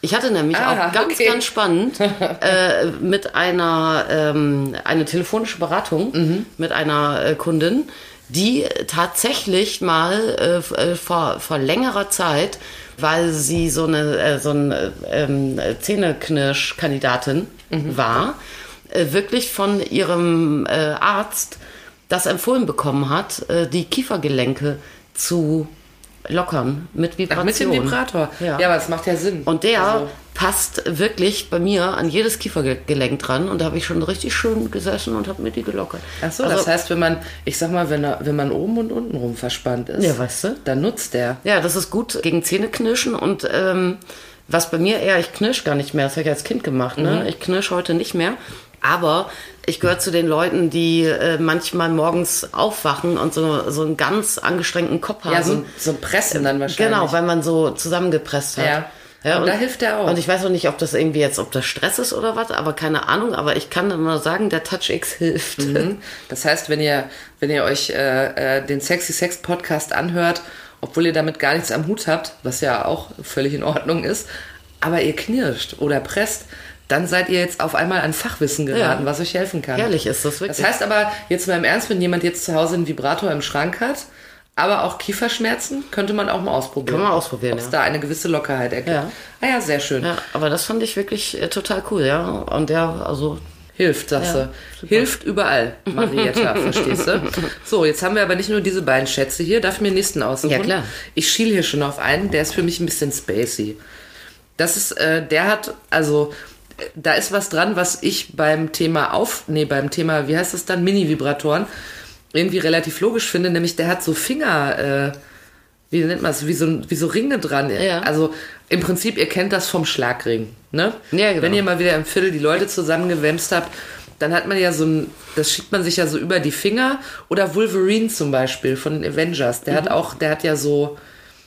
Ich hatte nämlich Ah, auch ganz, okay. ganz spannend äh, mit einer ähm, eine telefonische Beratung mit einer äh, Kundin, die tatsächlich mal äh, f- äh, vor, vor längerer Zeit, weil sie so eine äh, so eine ähm, Zähneknirsch-Kandidatin war, äh, wirklich von ihrem äh, Arzt das empfohlen bekommen hat, äh, die Kiefergelenke zu lockern mit Ach, Vibration. mit dem Vibrator. Ja. Ja. aber das macht ja Sinn. Und der Also, passt wirklich bei mir an jedes Kiefergelenk dran und da habe ich schon richtig schön gesessen und habe mir die gelockert. Ach so, also- das heißt, wenn man, ich sag mal, wenn, er, wenn man oben und unten rum verspannt ist, Ja, weißt du. dann nutzt der. Ja, das ist gut gegen Zähneknirschen und ähm, was bei mir eher, ich knirsch gar nicht mehr, das habe ich als Kind gemacht, Mhm. ne? Ich knirsch heute nicht mehr. Aber ich gehöre zu den Leuten, die äh, manchmal morgens aufwachen und so, so einen ganz angestrengten Kopf haben. Ja, so, so ein Pressen dann wahrscheinlich. Also- Genau, weil man so zusammengepresst hat. Ja. Und da hilft der auch. Und ich weiß auch nicht, ob das irgendwie jetzt, ob das Stress ist oder was, aber keine Ahnung. Aber ich kann immer sagen, der Touch X hilft. Das heißt, wenn ihr, wenn ihr euch äh, äh, den Sexy Sex Podcast anhört, obwohl ihr damit gar nichts am Hut habt, was ja auch völlig in Ordnung ist, aber ihr knirscht oder presst, dann seid ihr jetzt auf einmal an Fachwissen geraten, Ja. was euch helfen kann. Herrlich ist das wirklich. Das heißt aber, jetzt mal im Ernst, wenn jemand jetzt zu Hause einen Vibrator im Schrank hat, aber auch Kieferschmerzen, könnte man auch mal ausprobieren. Kann man ausprobieren, Ob es ja. da eine gewisse Lockerheit ergibt. Ja. Ah ja, sehr schön. ja, aber das fand ich wirklich äh, total cool, ja. Und ja, also Hilft, sagst Ja, du. Hilft überall, Marietta, verstehst du? So, jetzt haben wir aber nicht nur diese beiden Schätze hier. Darf ich mir den nächsten aussuchen? Ja, klar. Ich schiel hier schon auf einen, der ist für mich ein bisschen spacey. Das ist, äh, der hat, also, äh, da ist was dran, was ich beim Thema auf, nee, beim Thema, wie heißt das dann, Mini-Vibratoren, irgendwie relativ logisch finde, nämlich der hat so Finger, äh, wie nennt man es, wie so, wie so Ringe dran. Ja. Also im Prinzip, ihr kennt das vom Schlagring. Ne? Ja, genau. Wenn ihr mal wieder im Viertel die Leute zusammengewämst habt, dann hat man ja so ein, das schiebt man sich ja so über die Finger. Oder Wolverine zum Beispiel von den Avengers, der Mhm. hat auch, der hat ja so,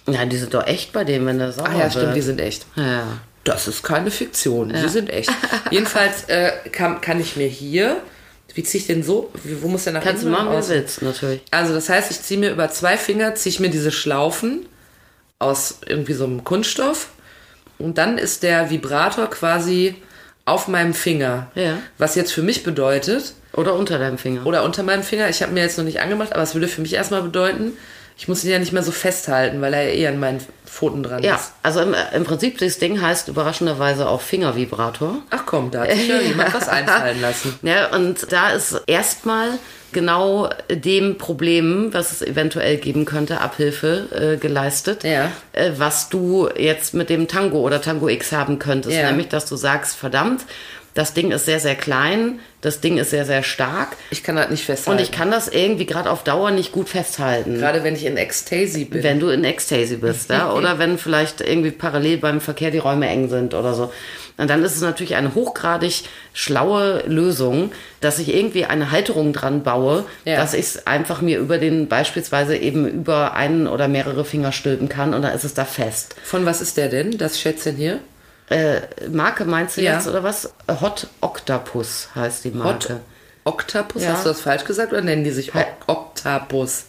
Ja, die sind doch echt bei dem, wenn der sauer ah ja, stimmt, die wird. sind echt. ja. Das ist keine Fiktion, die sind echt. Jedenfalls äh, kann, kann ich mir hier, wie ziehe ich den so, wie, wo muss der nach Kannst du hinten machen, wie du raus? willst, natürlich. Also das heißt, ich ziehe mir über zwei Finger, ziehe ich mir diese Schlaufen aus irgendwie so einem Kunststoff und dann ist der Vibrator quasi auf meinem Finger. Ja. Was jetzt für mich bedeutet, Oder unter deinem Finger. oder unter meinem Finger, ich habe mir jetzt noch nicht angemacht, aber es würde für mich erstmal bedeuten, ich muss ihn ja nicht mehr so festhalten, weil er ja eh an meinen Pfoten dran ja, ist. also im, im Prinzip, das Ding heißt überraschenderweise auch Fingervibrator. Ach komm, da hat sich ja jemand was einfallen lassen. Ja, Ne, und da ist erstmal genau dem Problem, was es eventuell geben könnte, Abhilfe äh, geleistet, Ja. äh, was du jetzt mit dem Tango oder Tango X haben könntest. Ja. Nämlich, dass du sagst, verdammt, das Ding ist sehr, sehr klein, das Ding ist sehr, sehr stark Ich kann das nicht festhalten. und ich kann das irgendwie gerade auf Dauer nicht gut festhalten. Gerade wenn ich in Ecstasy bin. Wenn du in Ecstasy bist, ja? oder wenn vielleicht irgendwie parallel beim Verkehr die Räume eng sind oder so. Und dann ist es natürlich eine hochgradig schlaue Lösung, dass ich irgendwie eine Halterung dran baue, Ja. dass ich es einfach mir über den beispielsweise eben über einen oder mehrere Finger stülpen kann und dann ist es da fest. Von was ist der denn, das Schätzchen hier? Marke meinst du Ja. jetzt oder was? Hot Octopus heißt die Hot Marke. Oktapus, Ja. hast du das falsch gesagt oder nennen die sich Hi- ok Oktapus?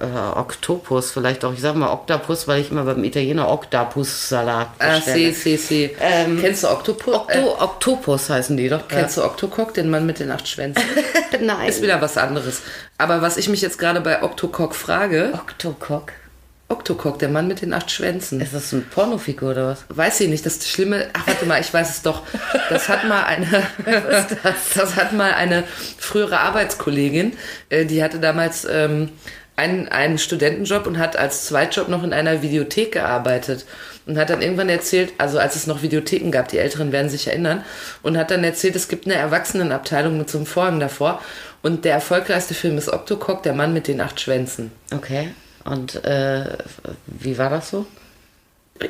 Äh, Octopus vielleicht auch. Ich sag mal Octopus, weil ich immer beim Italiener Octopus-Salat Ah, bestelle. see, see, see. Ähm, kennst du Oktopus? äh, Octo, Octopus heißen die doch. kennst du Oktocock, den Mann mit den acht Schwänzen? Nein. Ist wieder was anderes. Aber was ich mich jetzt gerade bei Oktocock frage, Octocock. Oktocock, der Mann mit den acht Schwänzen. Ist das ein Pornofigur oder was? Weiß ich nicht, das Schlimme, ach warte mal, ich weiß es doch. Das hat mal eine, das? hat mal eine frühere Arbeitskollegin, äh, die hatte damals ähm, einen, einen Studentenjob und hat als Zweitjob noch in einer Videothek gearbeitet und hat dann irgendwann erzählt, also als es noch Videotheken gab, die Älteren werden sich erinnern, und hat dann erzählt, es gibt eine Erwachsenenabteilung mit so einem Vorhang davor und der erfolgreichste Film ist Octocock, der Mann mit den acht Schwänzen. Okay. Und äh, wie war das so?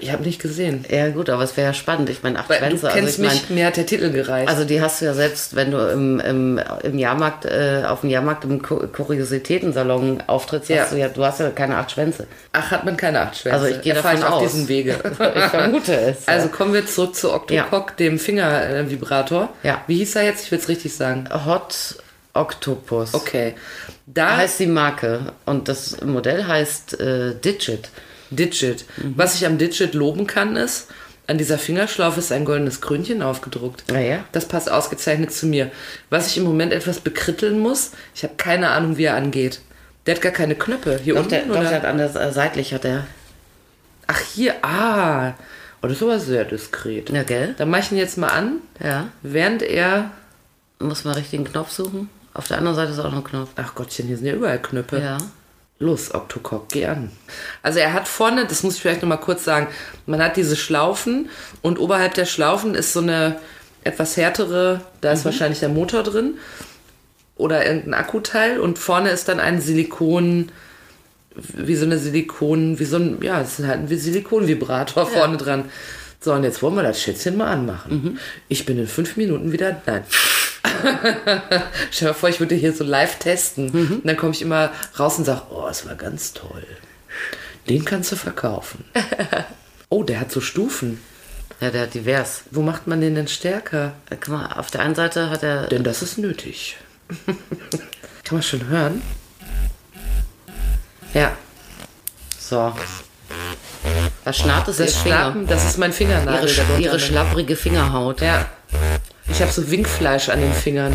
Ich habe nicht gesehen. Ja gut, aber es wäre ja spannend. Ich meine, acht Weil Schwänze. du kennst also ich mein, mich, mir hat der Titel gereicht. also die hast du ja selbst, wenn du im, im, im Jahrmarkt, äh, auf dem Jahrmarkt im Ku- Kuriositätensalon auftrittst, Ja. hast du ja, du hast ja keine acht Schwänze. Ach, hat man keine Achtschwänze. Also ich gehe Erfahre davon ich auf aus. diesem Wege. Ich vermute es, ja. Also kommen wir zurück zu Octocock, dem Fingervibrator. Ja. Wie hieß er jetzt? Ich will es richtig sagen. Hot Octopus. Okay. Ah. Da heißt Heißt die Marke. Und das Modell heißt äh, Digit. Digit. Mhm. Was ich am Digit loben kann, ist, an dieser Fingerschlaufe ist ein goldenes Krönchen aufgedruckt. Ah ja. Das passt ausgezeichnet zu mir. Was ich im Moment etwas bekritteln muss, ich habe keine Ahnung, wie er angeht. Der hat gar keine Knöpfe. Hier Doch, unten, der, doch, oder? der hat an der äh, seitlich hat er. Ach, hier, ah. Oh, das ist aber sehr diskret. Ja, gell? Dann mache ich ihn jetzt mal an, Ja. während er Muss man richtig einen Knopf suchen. Auf der anderen Seite ist auch noch ein Knopf. Ach Gottchen, hier sind ja überall Knöpfe. Ja. Los, Octocock, geh an. Also er hat vorne, das muss ich vielleicht nochmal kurz sagen, man hat diese Schlaufen und oberhalb der Schlaufen ist so eine etwas härtere, da ist wahrscheinlich der Motor drin oder irgendein Akkuteil und vorne ist dann ein Silikon, wie so eine Silikon, wie so ein, ja, es ist halt ein Silikonvibrator vorne dran. So, und jetzt wollen wir das Schätzchen mal anmachen. Ich bin in fünf Minuten wieder, nein. Stell dir mal vor, ich würde hier so live testen. Mhm. Und dann komme ich immer raus und sage, oh, es war ganz toll. Den kannst du verkaufen. oh, der hat so Stufen. Ja, der hat divers. Wo macht man den denn stärker? Äh, Guck mal, auf der einen Seite hat er. Denn das ist nötig. Kann man schon hören? Ja, So. Was schnarrt es das ihr Finger? Schlappen, das ist mein Fingernagel. Ihre, der dort sch ihre dran ist. schlapprige Fingerhaut. ja. Ich habe so Winkfleisch an den Fingern.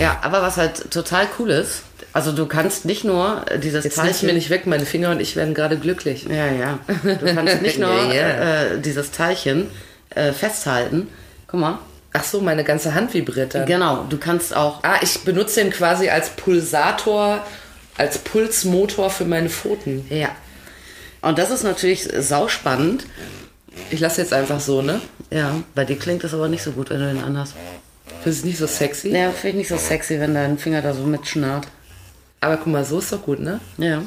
Ja, aber was halt total cool ist, also du kannst nicht nur äh, dieses Jetzt nimm's Teilchen. mir nicht weg, meine Finger und ich werden gerade glücklich. ja, ja. Du kannst nicht nur Ja, ja. Äh, dieses Teilchen äh, festhalten. Guck mal. Ach so, meine ganze Hand vibriert dann. Genau, du kannst auch. Ah, ich benutze den quasi als Pulsator, als Pulsmotor für meine Pfoten. Ja. Und das ist natürlich sauspannend. Ich lasse jetzt einfach so, ne? Ja, bei dir klingt das aber nicht so gut, wenn du den anhast. Das ist nicht so sexy. Ja, finde ich nicht so sexy, wenn dein Finger da so mitschnarrt. Aber guck mal, so ist doch gut, ne? Ja.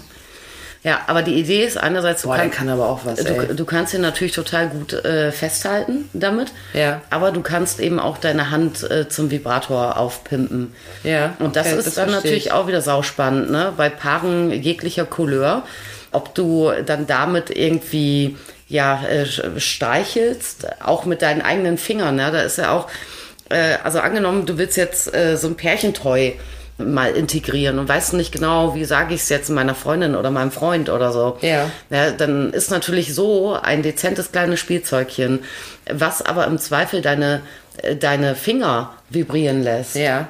Ja, aber die Idee ist einerseits, du, Boah, der kann, kann aber auch was, du, ey. du kannst ihn natürlich total gut äh, festhalten damit. Ja. Aber du kannst eben auch deine Hand äh, zum Vibrator aufpimpen. Ja, Und das okay, ist das dann verstehe natürlich ich. auch wieder sauspannend, ne? Bei Paaren jeglicher Couleur, ob du dann damit irgendwie ja äh, sch- streichelst, auch mit deinen eigenen Fingern, ne? Da ist ja auch, äh, also angenommen, du willst jetzt äh, so ein Pärchentreu mal integrieren und weißt nicht genau, wie sage ich es jetzt meiner Freundin oder meinem Freund oder so. Ja. Ja, dann ist natürlich so ein dezentes kleines Spielzeugchen, was aber im Zweifel deine, äh, deine Finger vibrieren lässt Ja.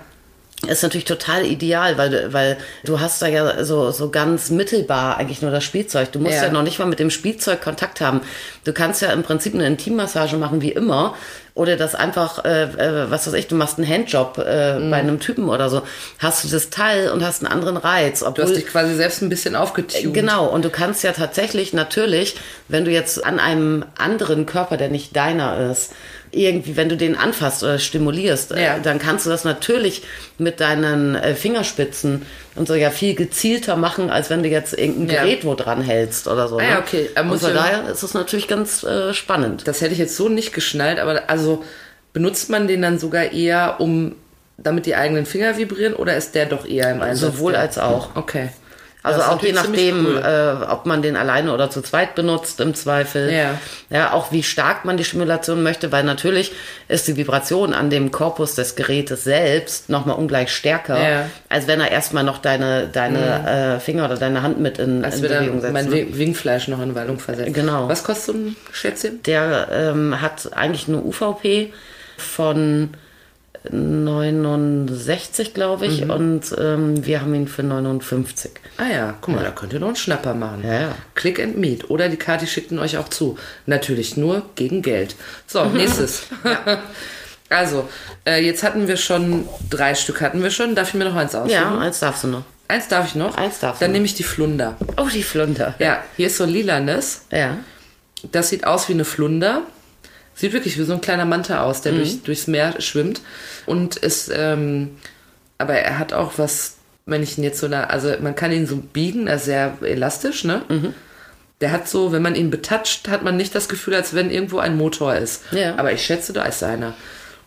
ist natürlich total ideal, weil, du- weil du hast da ja so, so ganz mittelbar eigentlich nur das Spielzeug. Du musst ja. Ja. noch nicht mal mit dem Spielzeug Kontakt haben. Du kannst ja im Prinzip eine Intimmassage machen, wie immer. Oder das einfach, äh, äh, was weiß ich, du machst einen Handjob äh, Mhm. bei einem Typen oder so. Hast du das Teil und hast einen anderen Reiz. Du Obwohl, hast dich quasi selbst ein bisschen aufgetunt. Genau, und du kannst ja tatsächlich natürlich, wenn du jetzt an einem anderen Körper, der nicht deiner ist, irgendwie, wenn du den anfasst oder stimulierst, äh, Ja. dann kannst du das natürlich mit deinen äh, Fingerspitzen und so ja viel gezielter machen, als wenn du jetzt irgendein Ja. Gerät wo dran hältst oder so. Ah ja, ne? okay. Er Und muss von ja- daher ist es natürlich ganz äh, spannend. Das hätte ich jetzt so nicht geschnallt, aber also benutzt man den dann sogar eher, um damit die eigenen Finger vibrieren oder ist der doch eher im Einsatz? Sowohl der? als auch. Okay. Also Das ist auch je natürlich ziemlich nachdem, cool. äh, ob man den alleine oder zu zweit benutzt im Zweifel. Ja. ja, auch wie stark man die Stimulation möchte, weil natürlich ist die Vibration an dem Korpus des Gerätes selbst nochmal ungleich stärker, Ja. Mhm. als wenn er erstmal noch deine, deine äh, Finger oder deine Hand mit in, Als in wir Bewegung dann setzt. mein ne? Wi- Wingfleisch noch in Wallung versetzen. Genau. Was kostet so ein Schätzchen? Der ähm, hat eigentlich eine UVP von 69, glaube Mhm. ich, und ähm, wir haben ihn für 59. Ah ja, guck mal, da könnt ihr noch einen Schnapper machen. Ja, ja. Click and Meet. Oder die Kati schickt ihn euch auch zu. Natürlich nur gegen Geld. So, nächstes. Also, äh, jetzt hatten wir schon drei Stück hatten wir schon. Darf ich mir noch eins aussuchen? Ja, eins darfst du noch. Eins darf ich noch. Eins darfst du Dann noch. nehme ich die Flunder. Oh, die Flunder. Ja, hier ist so ein lilanes. ja. Das sieht aus wie eine Flunder. Sieht wirklich wie so ein kleiner Manta aus, Mhm. der durch, durchs Meer schwimmt. Und ist, ähm, aber er hat auch was, wenn ich ihn jetzt so, nah, also man kann ihn so biegen, er ist sehr elastisch, ne? Mhm. Der hat so, wenn man ihn betatscht, hat man nicht das Gefühl, als wenn irgendwo ein Motor ist. Ja. Aber ich schätze, da ist einer.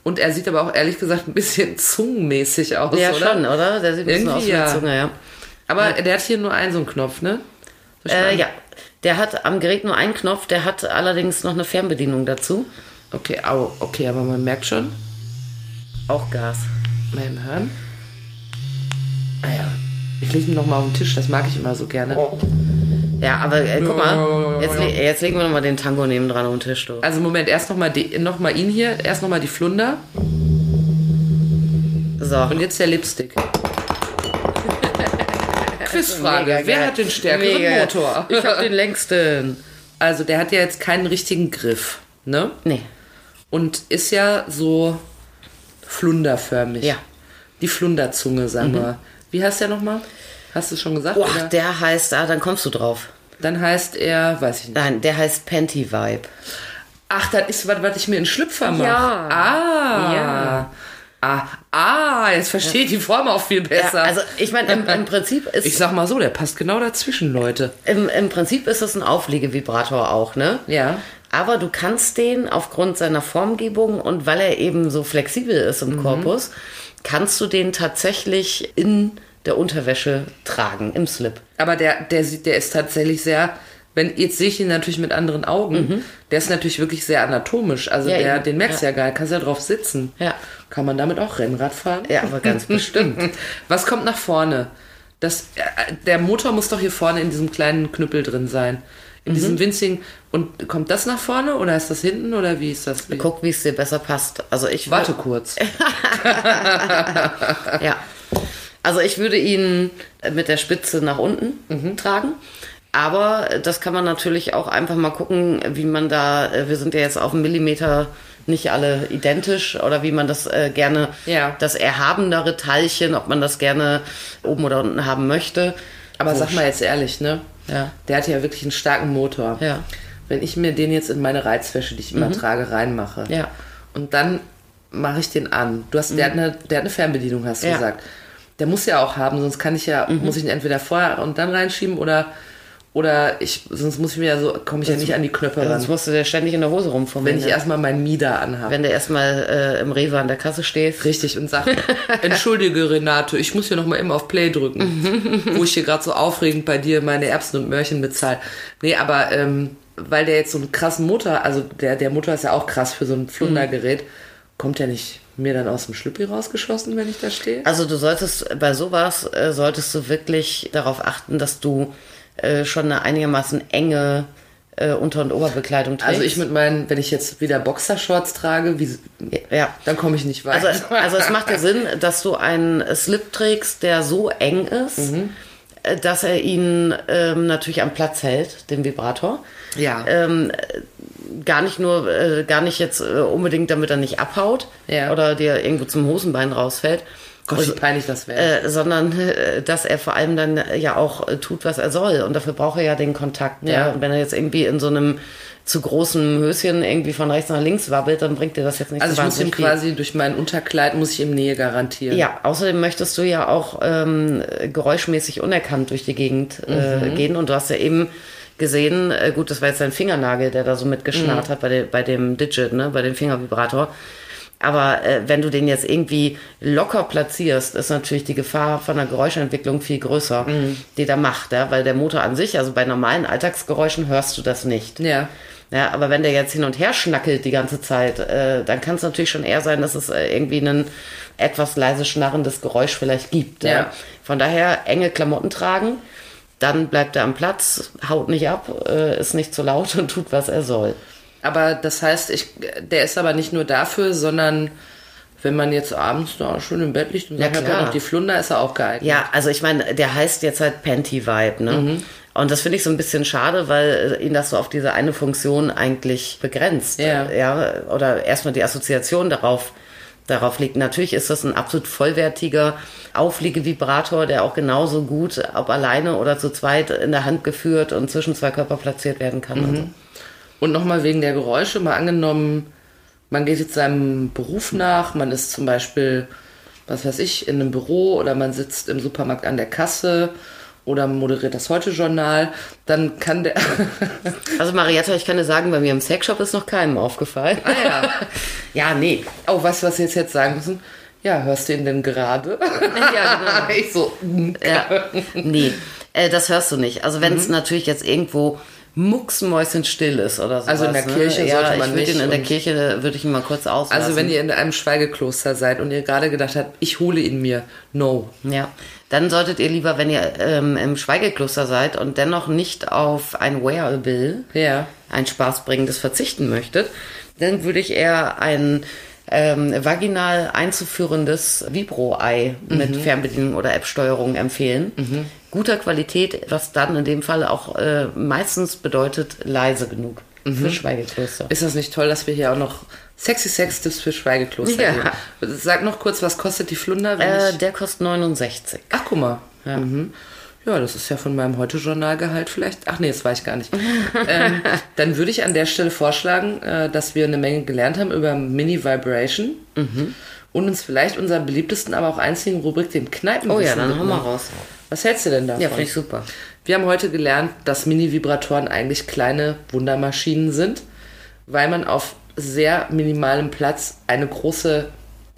Und er sieht aber auch ehrlich gesagt ein bisschen zungenmäßig aus, Ja, oder? schon, oder? Der sieht ein bisschen ne? Irgendwie aus wie eine ja. Zunge, ja. Aber der hat hier nur einen so einen Knopf, ne? Soll ich mal- Äh, ja, der hat am Gerät nur einen Knopf, der hat allerdings noch eine Fernbedienung dazu. Okay, au, okay, aber man merkt schon, Auch Gas. beim Hören. Ah ja, ich lege ihn nochmal auf den Tisch, das mag ich immer so gerne. Oh. Ja, aber äh, guck mal, jetzt, le jetzt legen wir nochmal den Tango neben dran auf den Tisch. Du. Also Moment, erst nochmal noch mal ihn hier, erst nochmal die Flunder So. und jetzt der Lipstick. Quizfrage, Mega wer geil. hat den stärkeren Mega. Motor? Ich hab den längsten. Also der hat ja jetzt keinen richtigen Griff, ne? Nee. Und ist ja so flunderförmig. Ja. Mhm. Die Flunderzunge, sagen wir. Wie heißt der nochmal? Hast du schon gesagt? Boah, oder? der heißt, ah, dann kommst du drauf. Dann heißt er, weiß ich nicht. Nein, der heißt Panty Vibe. Ach, das ist was, was ich mir in Schlüpfer mache. Ja. Ah. Ja. Ah, ah, jetzt verstehe ich die Form auch viel Ja, besser. also ich meine, im, im Prinzip ist ich sag mal so, der passt genau dazwischen, Leute. Im, Im Prinzip ist es ein Aufliegevibrator auch, ne? Ja. Aber du kannst den aufgrund seiner Formgebung und weil er eben so flexibel ist im Korpus, kannst du den tatsächlich in der Unterwäsche tragen, im Slip. Aber der, der sieht, der ist tatsächlich sehr, wenn, jetzt sehe ich ihn natürlich mit anderen Augen, der ist natürlich wirklich sehr anatomisch. Also Mhm. Ja, der, eben. den merkst du ja. ja geil, kannst ja drauf sitzen. Ja. Kann man damit auch Rennrad fahren? Ja, aber ganz bestimmt. Was kommt nach vorne? Das, äh, der Motor muss doch hier vorne in diesem kleinen Knüppel drin sein. In Mhm. diesem winzigen. Und kommt das nach vorne oder ist das hinten oder wie ist das? Wie? Guck, wie es dir besser passt. Also ich Warte kurz. Ja. Also ich würde ihn mit der Spitze nach unten Mhm. tragen. Aber das kann man natürlich auch einfach mal gucken, wie man da, äh, wir sind ja jetzt auf einen Millimeter nicht alle identisch oder wie man das äh, gerne, Ja. das erhabenere Teilchen, ob man das gerne oben oder unten haben möchte. Aber Wurscht. sag mal jetzt ehrlich, ne? Ja. Der hat ja wirklich einen starken Motor. Ja. Wenn ich mir den jetzt in meine Reizwäsche, die ich immer trage, reinmache. Mhm. Ja. Mhm. Und dann mache ich den an. Du hast, der, hat eine, der hat eine Fernbedienung, hast du Ja. Mhm. gesagt. Der muss ja auch haben, sonst kann ich ja, muss ich ihn entweder vorher und dann reinschieben oder, oder ich, sonst muss ich mir ja so, komme ich ja nicht an die Knöpfe Sonst ran. musst du dir ständig in der Hose Wenn rumfummeln. ich ne? erstmal meinen Mieder anhabe. wenn du erstmal äh, im Rewe an der Kasse stehst. Richtig, und sagt, entschuldige Renate, ich muss hier nochmal eben auf Play drücken, wo ich hier gerade so aufregend bei dir meine Erbsen und Möhrchen bezahle. Nee, aber ähm, weil der jetzt so einen krassen Motor, also der, der Motor ist ja auch krass für so ein Flundergerät, kommt der nicht mir dann aus dem Schlüppi rausgeschossen, wenn ich da stehe? Also du solltest bei sowas äh, solltest du wirklich darauf achten, dass du äh, schon eine einigermaßen enge äh, Unter- und Oberbekleidung trägst. Also ich mit meinen, wenn ich jetzt wieder Boxershorts trage, wie, ja. dann komme ich nicht weit. Also, also es macht ja Sinn, dass du einen Slip trägst, der so eng ist, Mhm. äh, dass er ihn ähm, natürlich am Platz hält, den Vibrator. ja. Ähm, äh, gar nicht nur, äh, gar nicht jetzt äh, unbedingt, damit er nicht abhaut Ja. oder dir irgendwo zum Hosenbein rausfällt. Gott, wie Also- peinlich das wäre. äh, sondern äh, dass er vor allem dann äh, ja auch äh, tut, was er soll. Und dafür braucht er ja den Kontakt. Ja. Ja. Und wenn er jetzt irgendwie in so einem zu großen Höschen irgendwie von rechts nach links wabbelt, dann bringt dir das jetzt nicht also so ich muss ihm wahnsinnig viel. quasi durch mein Unterkleid, muss ich ihm Nähe garantieren. Ja, außerdem möchtest du ja auch ähm, geräuschmäßig unerkannt durch die Gegend äh, gehen. Und du hast ja eben gesehen, äh, gut, das war jetzt dein Fingernagel, der da so mitgeschnarrt hat bei, de, bei dem Digit, ne, bei dem Fingervibrator. Aber äh, wenn du den jetzt irgendwie locker platzierst, ist natürlich die Gefahr von einer Geräuschentwicklung viel größer, die da macht, ja? weil der Motor an sich, also bei normalen Alltagsgeräuschen hörst du das nicht. Ja. Ja, aber wenn der jetzt hin und her schnackelt die ganze Zeit, äh, dann kann es natürlich schon eher sein, dass es äh, irgendwie ein etwas leise schnarrendes Geräusch vielleicht gibt. Ja. Ja. Von daher enge Klamotten tragen, dann bleibt er am Platz, haut nicht ab, äh, ist nicht zu laut und tut, was er soll. Aber das heißt, ich, der ist aber nicht nur dafür, sondern wenn man jetzt abends da schön im Bett liegt und sagt, ich hab klar. ja noch die Flunder, ist er auch geeignet. Ja, also ich meine, der heißt jetzt halt Panty Vibe, ne? Mhm. Und das finde ich so ein bisschen schade, weil äh, ihn das so auf diese eine Funktion eigentlich begrenzt. Ja. Äh, ja oder erstmal die Assoziation darauf, darauf liegt. Natürlich ist das ein absolut vollwertiger Aufliegevibrator, der auch genauso gut, ob alleine oder zu zweit, in der Hand geführt und zwischen zwei Körper platziert werden kann. Mhm. Und so. Und nochmal wegen der Geräusche, mal angenommen, man geht jetzt seinem Beruf nach, man ist zum Beispiel, was weiß ich, in einem Büro oder man sitzt im Supermarkt an der Kasse oder moderiert das Heute-Journal, dann kann der... Also Marietta, ich kann dir sagen, bei mir im Sexshop ist noch keinem aufgefallen. Ah, ja. ja, nee. oh, weißt du, was wir jetzt, jetzt sagen müssen? Ja, hörst du ihn denn gerade? Ja, genau. ich so... mm, Ja, nee, äh, das hörst du nicht. Also wenn Mhm. es natürlich jetzt irgendwo mucksmäuschenstill ist oder so. Also in der ne? Kirche ja, sollte man ich würd nicht Ihn in der und- Kirche würde ich ihn mal kurz auslassen. Also wenn ihr in einem Schweigekloster seid und ihr gerade gedacht habt, ich hole ihn mir, no. ja, dann solltet ihr lieber, wenn ihr ähm, im Schweigekloster seid und dennoch nicht auf ein Wearable, Ja. ein spaßbringendes verzichten möchtet, dann würde ich eher ein ähm, vaginal einzuführendes Vibro-Ei mit Fernbedienung oder App-Steuerung empfehlen. Guter Qualität, was dann in dem Fall auch äh, meistens bedeutet leise genug für Schweigekloster. Ist das nicht toll, dass wir hier auch noch sexy Sex-Tipps für Schweigekloster Ja. geben? Sag noch kurz, was kostet die Flunder? Wenn Äh, ich, der kostet 69. ach, guck mal. Mhm. ja, das ist ja von meinem Heute-Journal-Gehalt vielleicht. Ach nee, das war ich gar nicht. ähm, dann würde ich an der Stelle vorschlagen, äh, dass wir eine Menge gelernt haben über Mini-Vibration Mhm. und uns vielleicht unserer beliebtesten, aber auch einzigen Rubrik, dem Kneipen. Oh ja, dann hauen wir raus. Was hältst du denn davon? Ja, finde ich super. Wir haben heute gelernt, dass Mini-Vibratoren eigentlich kleine Wundermaschinen sind, weil man auf sehr minimalem Platz eine große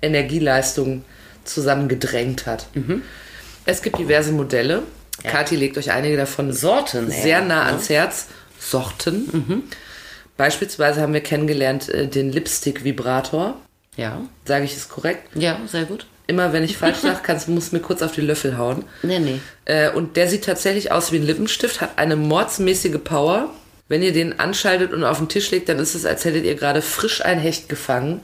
Energieleistung zusammengedrängt hat. Es gibt diverse Modelle. Kathi legt euch einige davon Sorten, ey. sehr nah ans Herz. Sorten. Beispielsweise haben wir kennengelernt äh, den Lipstick-Vibrator. Ja. Sage ich es korrekt? Ja, sehr gut. Immer wenn ich falsch sage, kannst- musst du mir kurz auf die Löffel hauen. Nee, nee. Äh, und der sieht tatsächlich aus wie ein Lippenstift, hat eine mordsmäßige Power. Wenn ihr den anschaltet und auf den Tisch legt, dann ist es, als hättet ihr gerade frisch ein Hecht gefangen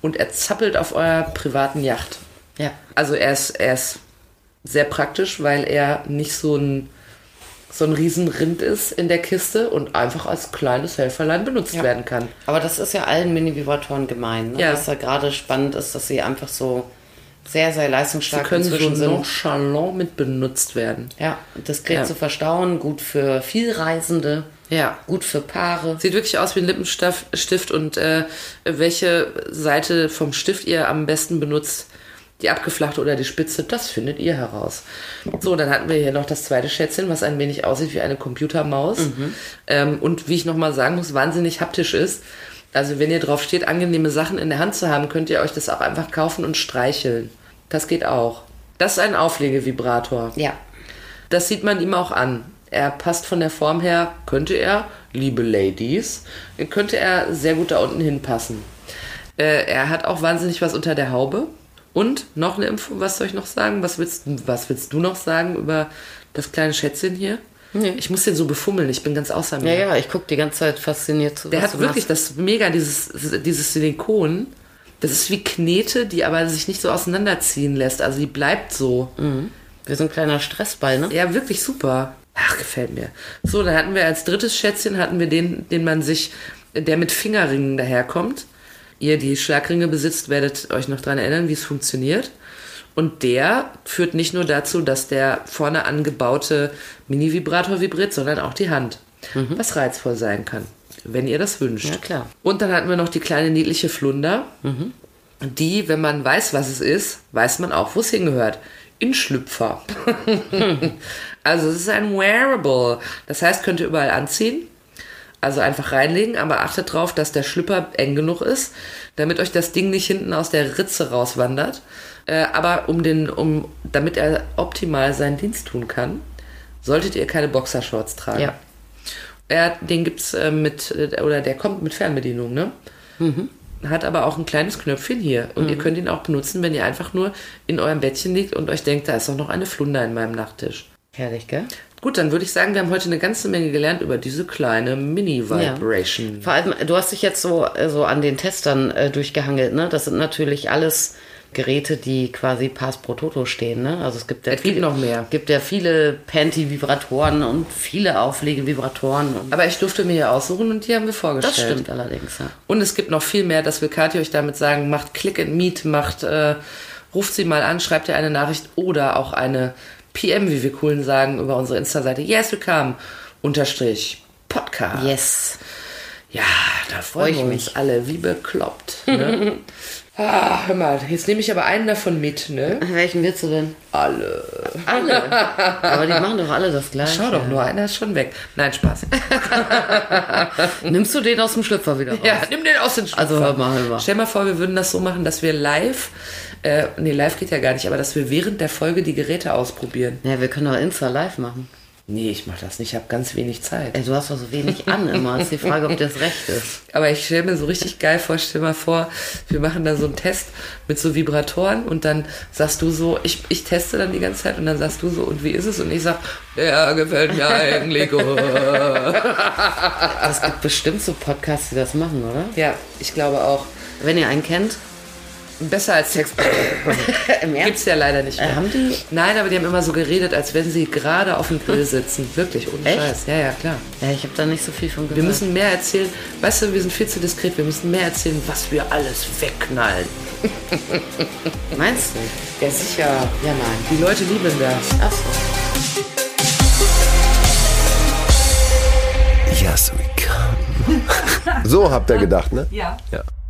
und er zappelt auf eurer privaten Yacht. Ja. Also er ist, er ist sehr praktisch, weil er nicht so ein, so ein Riesenrind ist in der Kiste und einfach als kleines Helferlein benutzt werden kann. Aber das ist ja allen Mini-Vibratoren gemein. Ne? Ja. Was da gerade spannend ist, dass sie einfach so sehr, sehr Sie leistungsstark können so inzwischen sind. nonchalant mit benutzt werden. Ja, diskret Ja. zu verstauen, gut für Vielreisende, Ja. gut für Paare. Sieht wirklich aus wie ein Lippenstift Stift und äh, welche Seite vom Stift ihr am besten benutzt, die abgeflachte oder die spitze, das findet ihr heraus. So, dann hatten wir hier noch das zweite Schätzchen, was ein wenig aussieht wie eine Computermaus ähm, und wie ich nochmal sagen muss, wahnsinnig haptisch ist. Also wenn ihr drauf steht, angenehme Sachen in der Hand zu haben, könnt ihr euch das auch einfach kaufen und streicheln. Das geht auch. Das ist ein Auflegevibrator. Ja, Das sieht man ihm auch an. Er passt von der Form her, könnte er, liebe Ladies, könnte er sehr gut da unten hinpassen. Äh, er hat auch wahnsinnig was unter der Haube. Und noch eine Info, was soll ich noch sagen? Was willst, was willst du noch sagen über das kleine Schätzchen hier? Ich muss den so befummeln, ich bin ganz außer mir. ja, ja, ich gucke die ganze Zeit fasziniert zu. Der was hat du wirklich machst. das mega, dieses, dieses Silikon. Das ist wie Knete, die aber sich nicht so auseinanderziehen lässt. Also die bleibt so. Mhm. Wir sind ein kleiner Stressball, ne? Ja, wirklich super. Ach, gefällt mir. So, dann hatten wir als drittes Schätzchen, hatten wir den, den man sich, der mit Fingerringen daherkommt. Ihr, die Schlagringe besitzt, werdet euch noch dran erinnern, wie es funktioniert. Und der führt nicht nur dazu, dass der vorne angebaute Mini-Vibrator vibriert, sondern auch die Hand. Was reizvoll sein kann, wenn ihr das wünscht. Mhm. Ja, klar. Mhm. Und dann hatten wir noch die kleine niedliche Flunder, die, wenn man weiß, was es ist, weiß man auch, wo es hingehört. In Schlüpfer. Also es ist ein Wearable. Das heißt, könnt ihr überall anziehen. Also einfach reinlegen, aber achtet drauf, dass der Schlüpper eng genug ist, damit euch das Ding nicht hinten aus der Ritze rauswandert. Äh, aber um den, um, damit er optimal seinen Dienst tun kann, solltet ihr keine Boxershorts tragen. Ja. Er, den gibt's äh, mit, äh, oder der kommt mit Fernbedienung, ne? Hat aber auch ein kleines Knöpfchen hier. Und ihr könnt ihn auch benutzen, wenn ihr einfach nur in eurem Bettchen liegt und euch denkt, da ist doch noch eine Flunder in meinem Nachttisch. Herrlich, gell? Gut, dann würde ich sagen, wir haben heute eine ganze Menge gelernt über diese kleine Mini-Vibration. Vor allem, du hast dich jetzt so, äh, so an den Testern äh, durchgehangelt, ne? Das sind natürlich alles Geräte, die quasi Pass pro Toto stehen, ne? Also es gibt ja, Es gibt viele- noch mehr. gibt ja viele Panty-Vibratoren und viele Auflege-Vibratoren. und- Aber ich durfte mir ja aussuchen und die haben wir vorgestellt. Das stimmt allerdings, ja. Und es gibt noch viel mehr, das will Kathi euch damit sagen. Macht Click and Meet, macht, äh, ruft sie mal an, schreibt ihr eine Nachricht oder auch eine PM, wie wir coolen sagen, über unsere Insta-Seite. Yes, we come. Unterstrich Podcast. Yes. Ja, da freuen ich wir uns alle wie bekloppt. Ne? ah, hör mal, jetzt nehme ich aber einen davon mit, ne? Welchen willst du denn? Alle. Alle. Aber die machen doch alle das gleiche. Schau doch nur, einer ist schon weg. Nein, Spaß. Nimmst du den aus dem Schlüpfer wieder raus? Ja, nimm den aus den Schlüpfer. Also hör mal, hör mal. Stell mal vor, wir würden das so machen, dass wir live, äh, nee, live geht ja gar nicht, aber dass wir während der Folge die Geräte ausprobieren. Ja, wir können doch Insta live machen. Nee, ich mach das nicht, ich habe ganz wenig Zeit. Ey, du hast doch so wenig an immer. Ist die Frage, ob dir das recht ist. Aber ich stelle mir so richtig geil vor, stell mal vor, wir machen da so einen Test mit so Vibratoren und dann sagst du so, ich, ich teste dann die ganze Zeit und dann sagst du so, und wie ist es? Und ich sag, ja, gefällt mir eigentlich gut. Es gibt bestimmt so Podcasts, die das machen, oder? ja, ich glaube auch. Wenn ihr einen kennt. Besser als Sex. Ähm. Im Gibt's ja leider nicht mehr. Äh, haben die- Nein, aber die haben immer so geredet, als wenn sie gerade auf dem Grill sitzen. Wirklich, ohne Echt? Scheiß. Ja, ja, klar. Ja, ich habe da nicht so viel von gehört. Wir müssen mehr erzählen. Weißt du, wir sind viel zu diskret. Wir müssen mehr erzählen, was wir alles wegknallen. Meinst du? Ja, sicher. Ja, nein. Die Leute lieben das. Ach so. So habt ihr gedacht, ne? Ja. Ja.